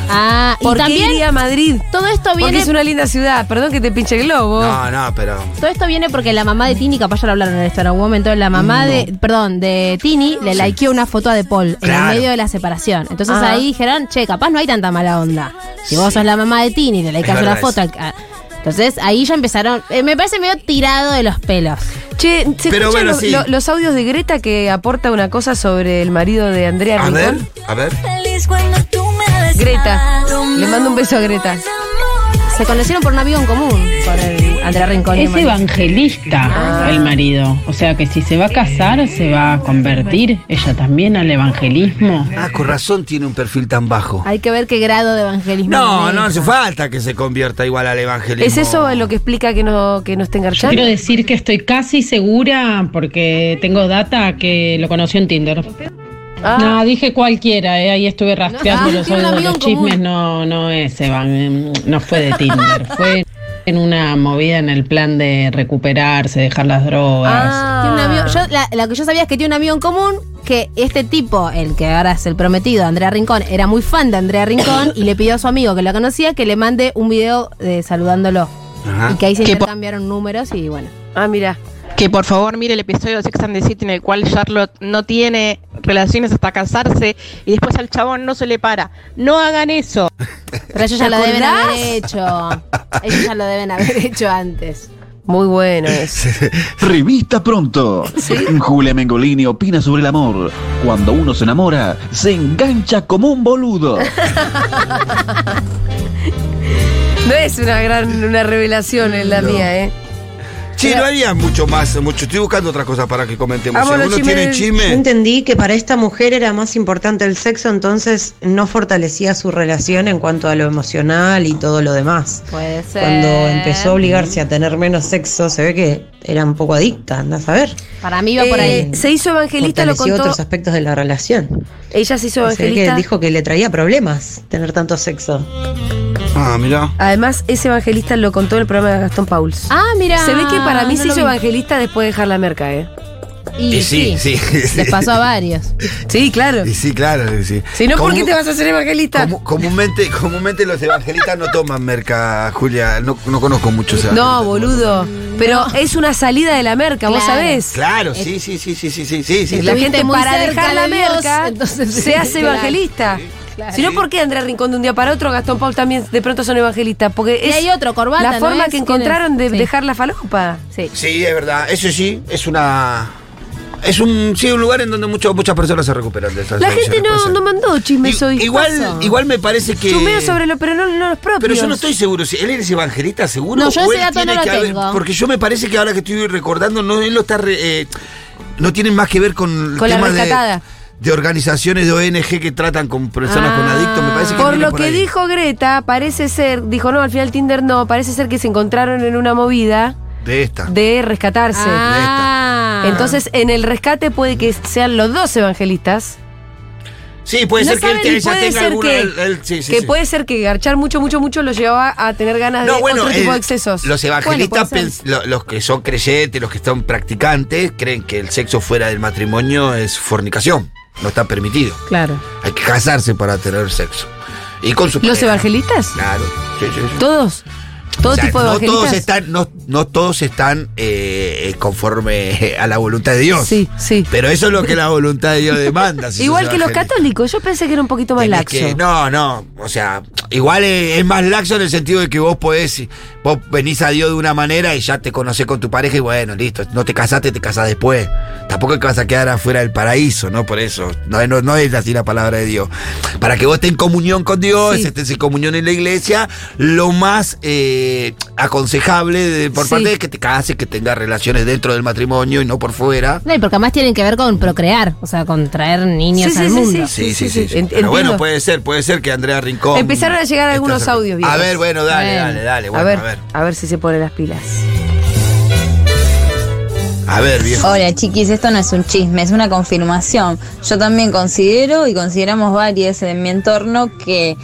S14: Ah,
S2: ¿Por
S14: y
S2: qué
S14: también
S2: iría a Madrid?
S14: todo esto
S2: Porque
S14: viene
S2: es una linda ciudad. Perdón que te pinche el globo.
S3: no, no, pero
S14: Todo esto viene porque la mamá de Tini, capaz ya lo hablaron en el Star Woman, entonces la mamá de, perdón, de Tini le likeó una foto a De Paul en
S3: Claro.
S14: el medio de la separación. Entonces
S2: Ah.
S14: ahí dijeron, che, capaz no hay tanta mala onda. Si vos sos la mamá de Tini, le likeás
S2: Es
S14: una
S2: verdad
S14: foto. a- entonces ahí ya empezaron, eh, me parece medio tirado de los pelos.
S2: Che, ¿se escuchan
S3: Pero bueno,
S2: los,
S3: sí.
S2: lo- los audios de Greta que aporta una cosa sobre el marido de Andrea
S3: a ver,
S2: Rincón?
S3: a ver.
S2: Greta. Le mando un beso a Greta.
S14: Se conocieron por un amigo en común, por el Andrea Rincón. y
S19: Es
S14: María. Ah.
S19: evangelista el marido. O sea que si se va a casar, se va a convertir ella también al evangelismo.
S3: Ah, con razón tiene un perfil tan bajo.
S14: Hay que ver qué grado de evangelismo.
S3: No,
S14: maneja.
S3: no hace falta que se convierta igual al evangelismo.
S2: ¿Es eso eh, lo que explica que no, que no esté engarchado?
S19: Quiero decir que estoy casi segura, porque tengo data, que lo conoció en Tinder. No, dije cualquiera, eh, ahí estuve raspeando
S14: Ah,
S19: los
S14: tiene
S19: oídos,
S14: un amigo
S19: los
S14: en común.
S19: chismes, no, no es, Evan, em, no fue de Tinder, fue en una movida en el plan de recuperarse, dejar las drogas.
S14: Ah. Tiene un amigo- yo- la- lo que yo sabía es que tiene un amigo en común que este tipo, el que ahora es el prometido de Andrea Rincón, era muy fan de Andrea Rincón y le pidió a su amigo que lo conocía que le mande un video de saludándolo.
S3: Ajá.
S14: Y que ahí se
S20: Que po-
S14: intercambiaron números y bueno.
S2: Ah, mira.
S20: Que por favor mire el episodio de Sex and the City en el cual Charlotte no tiene relaciones hasta casarse y después al chabón no se le para. No hagan eso.
S14: Pero ellos ya
S20: ¿Te
S14: lo deben
S20: acordás?
S14: haber hecho. Ellos ya lo deben haber hecho antes.
S2: Muy bueno es.
S21: Revista pronto. Julia Mengolini opina sobre el amor. Cuando uno se enamora, se engancha como un boludo.
S2: No es una gran una revelación eh, la mía, ¿eh?
S3: Sí, no haría mucho más, mucho. Estoy buscando otras cosas para que
S2: Ah,
S3: comentemos.
S22: Vamos,
S3: si
S22: los
S3: alguno tiene
S22: chismes.
S3: chisme.
S22: Yo entendí que para esta mujer era más importante el sexo, entonces no fortalecía su relación en cuanto a lo emocional y todo lo demás.
S14: Puede ser.
S22: Cuando empezó a obligarse a tener menos sexo, se ve que era un poco adicta, anda a saber.
S14: Para mí iba por ahí.
S2: Eh, Se hizo evangelista, lo
S22: Fortaleció
S2: contó.
S22: otros aspectos de la relación.
S2: Ella se
S22: Se
S2: hizo
S22: ve que
S2: evangelista.
S22: dijo que le traía problemas tener tanto sexo.
S3: Ah, mira.
S2: Además, ese evangelista lo contó en el programa de Gastón Pauls.
S14: Ah, mira.
S2: Se ve que para mí
S14: no
S2: se
S14: lo
S2: hizo
S14: vi.
S2: evangelista después de dejar la merca, ¿eh?
S14: Y
S3: Y sí, sí.
S14: Les pasó a varios.
S2: Sí, claro.
S3: Y sí, claro. que Sí.
S2: Si no, ¿por qué te vas a hacer
S3: hacer
S2: evangelista?
S3: comúnmente, comúnmente los evangelistas no toman merca, Julia. No, no conozco muchos
S2: No, boludo. Pero es una salida de la merca, vos sabés.
S3: Claro, sí, sí, sí, sí, sí, sí, sí, sí.
S2: la gente
S14: muy
S2: para
S14: cerca
S2: dejar la
S14: de Dios,
S2: merca
S14: entonces-
S2: se hace
S14: Claro.
S2: evangelista. Si no, ¿por qué Andrea Rincón de un día para otro, Gastón Paul también de pronto son evangelistas? Porque
S14: Y
S2: es
S14: hay otro, Corbata,
S2: la
S14: ¿no
S2: forma
S14: es?
S2: que encontraron de
S14: Tiene- sí.
S2: dejar la falopa.
S14: Sí.
S3: Sí, es verdad. Eso sí, es una. Es un, sí, un lugar en donde mucho- muchas personas se recuperan de esas
S2: La gente
S3: adicciones, puede
S2: no,
S3: ser.
S2: no mandó chismes hoy.
S3: eh, Igual, igual me parece que.
S2: Chumeo sobre lo, pero no, no los propios.
S3: Pero yo no estoy seguro. si ¿Él es evangelista seguro?
S2: No, yo
S3: o
S2: ese
S3: él
S2: dato
S3: tiene
S2: no lo
S3: que haber-
S2: tengo.
S3: porque yo me parece que ahora que estoy recordando, no, él lo está. re- eh, no tienen más que ver con,
S2: Con la
S3: temas de-
S2: rescatada.
S3: De, organizaciones de ONG que tratan con personas con adictos. Me parece que
S2: Ah. por
S3: viene
S2: lo que
S3: ahí.
S2: dijo Greta, parece ser, dijo no, al final Tinder no, parece ser que se encontraron en una movida
S3: De esta.
S14: Ah,
S2: de rescatarse.
S3: De
S2: Entonces, en el rescate puede que sean los dos evangelistas.
S3: Sí, puede
S2: No
S3: ser que él
S2: saben,
S3: te- ella
S2: puede
S3: tenga
S2: ser
S3: alguna.
S2: que-
S3: él- él- sí, sí,
S2: que
S3: sí.
S2: puede ser que garchar mucho, mucho, mucho lo llevaba a tener ganas de otro tipo
S3: el-
S2: de excesos.
S3: Los evangelistas,
S2: Bueno, puede
S3: pens- lo- los que son creyentes, los que son practicantes, creen que el sexo fuera del matrimonio es fornicación. No está permitido.
S2: ser. Claro.
S3: Hay que casarse para tener sexo. Y con su
S2: ¿Los
S3: pareja.
S2: evangelistas?
S3: Claro. Sí, sí, sí.
S2: ¿Todos? ¿Todo
S3: O sea,
S2: tipo de
S3: no
S2: evangelistas?
S3: todos están, no, no todos están eh, conforme a la voluntad de Dios.
S2: Sí, sí.
S3: Pero eso es lo que la voluntad de Dios demanda. si
S2: Igual
S3: sos
S2: que los
S3: evangelista.
S2: católicos, yo pensé que era un poquito más
S3: Tenés
S2: laxo.
S3: que- no, no, o sea, igual es, es más laxo en el sentido de que vos podés, vos venís a Dios de una manera y ya te conocés con tu pareja y bueno, listo, no te casaste, te casás después. Tampoco es que vas a quedar afuera del paraíso, ¿no? Por eso, no, es- no- no es así la palabra de Dios. Para que vos estés en comunión con Dios, estés en comunión en la iglesia, lo más eh, aconsejable de- por
S14: Sí.
S3: parte de que te cases, que tengas relaciones dentro del matrimonio y no por fuera.
S14: No, y porque además tienen que ver con procrear, o sea, con traer niños
S2: Sí, sí,
S14: al
S2: sí,
S14: mundo.
S3: Sí, sí, sí. sí.
S2: Ent-
S3: Pero bueno,
S2: entiendo.
S3: puede ser, puede ser que Andrea Rincón.
S2: Empezaron a llegar
S3: Está
S2: algunos
S3: cerca.
S2: audios.
S3: A
S2: viejos.
S3: ver, bueno, dale, dale, dale. Bueno,
S2: a, ver, a ver, si se pone las pilas.
S3: A ver, viejo.
S6: Hola chiquis, esto no es un chisme, es una confirmación. Yo también considero y consideramos varias en mi entorno que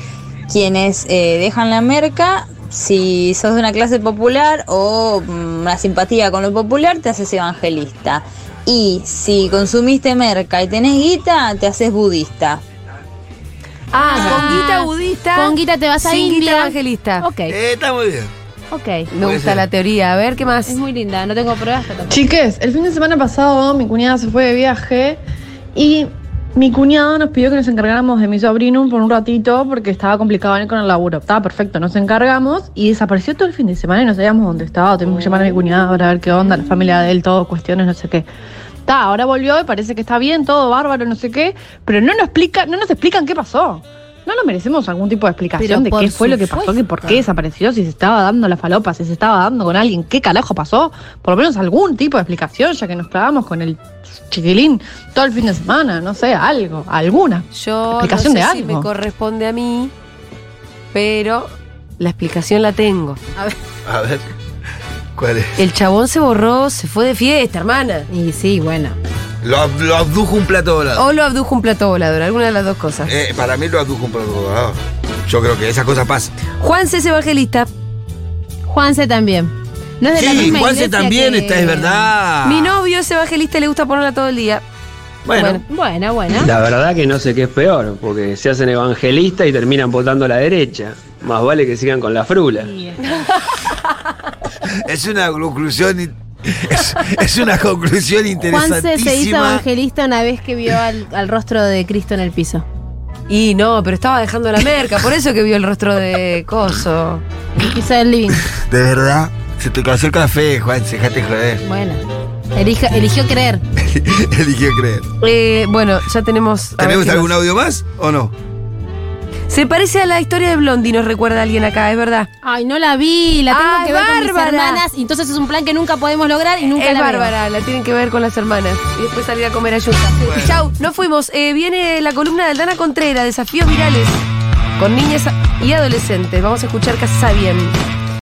S6: quienes eh, dejan la merca, si sos de una clase popular o mm, una simpatía con lo popular, te haces evangelista. Y si consumiste merca y tenés guita, "Ah, te haces budista.
S2: Ah, con guita budista.
S14: Con guita te vas a
S2: sin guita
S14: India.
S2: evangelista.
S14: Ok,
S3: Eh, está muy bien.
S14: ok.
S2: Me gusta la teoría. A ver, ¿qué más?
S14: Es muy linda, no tengo pruebas, pero tampoco.
S7: Chiques, el fin de semana pasado mi cuñada se fue de viaje y mi cuñado nos pidió que nos encargáramos de mi sobrino por un ratito porque estaba complicado él con el laburo. Estaba perfecto, nos encargamos y desapareció todo el fin de semana y no sabíamos dónde estaba. Tenemos que llamar a mi cuñada para ver qué onda, la familia de él, todo, cuestiones, no sé qué. Está, ahora volvió y parece que está bien, todo bárbaro, no sé qué, pero no nos explica, no nos explican qué pasó. No nos merecemos algún tipo de
S14: Pero
S7: explicación de
S14: por
S7: qué fue lo que pasó,
S14: supuesto.
S7: que por qué desapareció, si se estaba dando la falopa, si se estaba dando con alguien, qué carajo pasó. Por lo menos algún tipo de explicación, ya que nos clavamos con el chiquilín todo el fin de semana, no sé, algo, alguna.
S2: Yo
S7: explicación
S2: no sé
S7: de
S2: si
S7: algo.
S2: me corresponde a mí, pero la explicación la tengo. A ver.
S3: A ver. ¿Cuál es?
S2: El chabón se borró, se fue de fiesta, hermana. Y sí, bueno.
S3: Lo, ab- lo abdujo un plato volado.
S2: O lo abdujo un plato volador, alguna de las dos cosas.
S3: Eh, para mí lo abdujo un plato volado. Yo creo que esa cosa pasa.
S2: Juan es evangelista.
S14: Juanse también. No es de la
S3: Sí,
S14: misma
S3: Juanse
S14: iglesia
S3: también
S14: que-
S3: está, es
S7: Ah.
S3: verdad.
S2: Mi novio es evangelista y le gusta ponerla todo el día.
S14: Bueno, bueno, bueno.
S23: La verdad que no sé qué es peor, porque se hacen evangelistas y terminan votando a la derecha. Más vale que sigan con la frula.
S3: Es una conclusión. in- Es, es una conclusión
S14: Juanse se hizo
S3: interesantísima.
S14: evangelista una vez que vio al, al rostro de Cristo en el piso.
S2: Y no, pero estaba dejando la merca, por eso que vio el rostro de Coso.
S14: Quizá el living.
S3: De verdad. Se te cayó el café, Juan, dejate joder.
S14: Bueno. Elija- eligió creer.
S3: Eligió creer.
S2: Eh, bueno, ya tenemos. a ver
S3: ¿Tenemos
S2: qué
S3: algún
S2: más.
S3: audio más o no?
S2: Se parece a la historia de Blondie, nos recuerda alguien acá, es verdad.
S14: Ay, no la vi, la tengo
S2: Ay,
S14: que ver con mis
S2: Bárbara.
S14: hermanas. y Entonces es un plan que nunca podemos lograr y nunca
S2: es
S14: la veo.
S2: bárbara, la tienen que ver con las hermanas. Y después salir a comer ayuda. Chau, nos fuimos. Eh, viene la columna de Aldana Contreras, desafíos virales. Con niñas y adolescentes. Vamos a escuchar Casa Bien.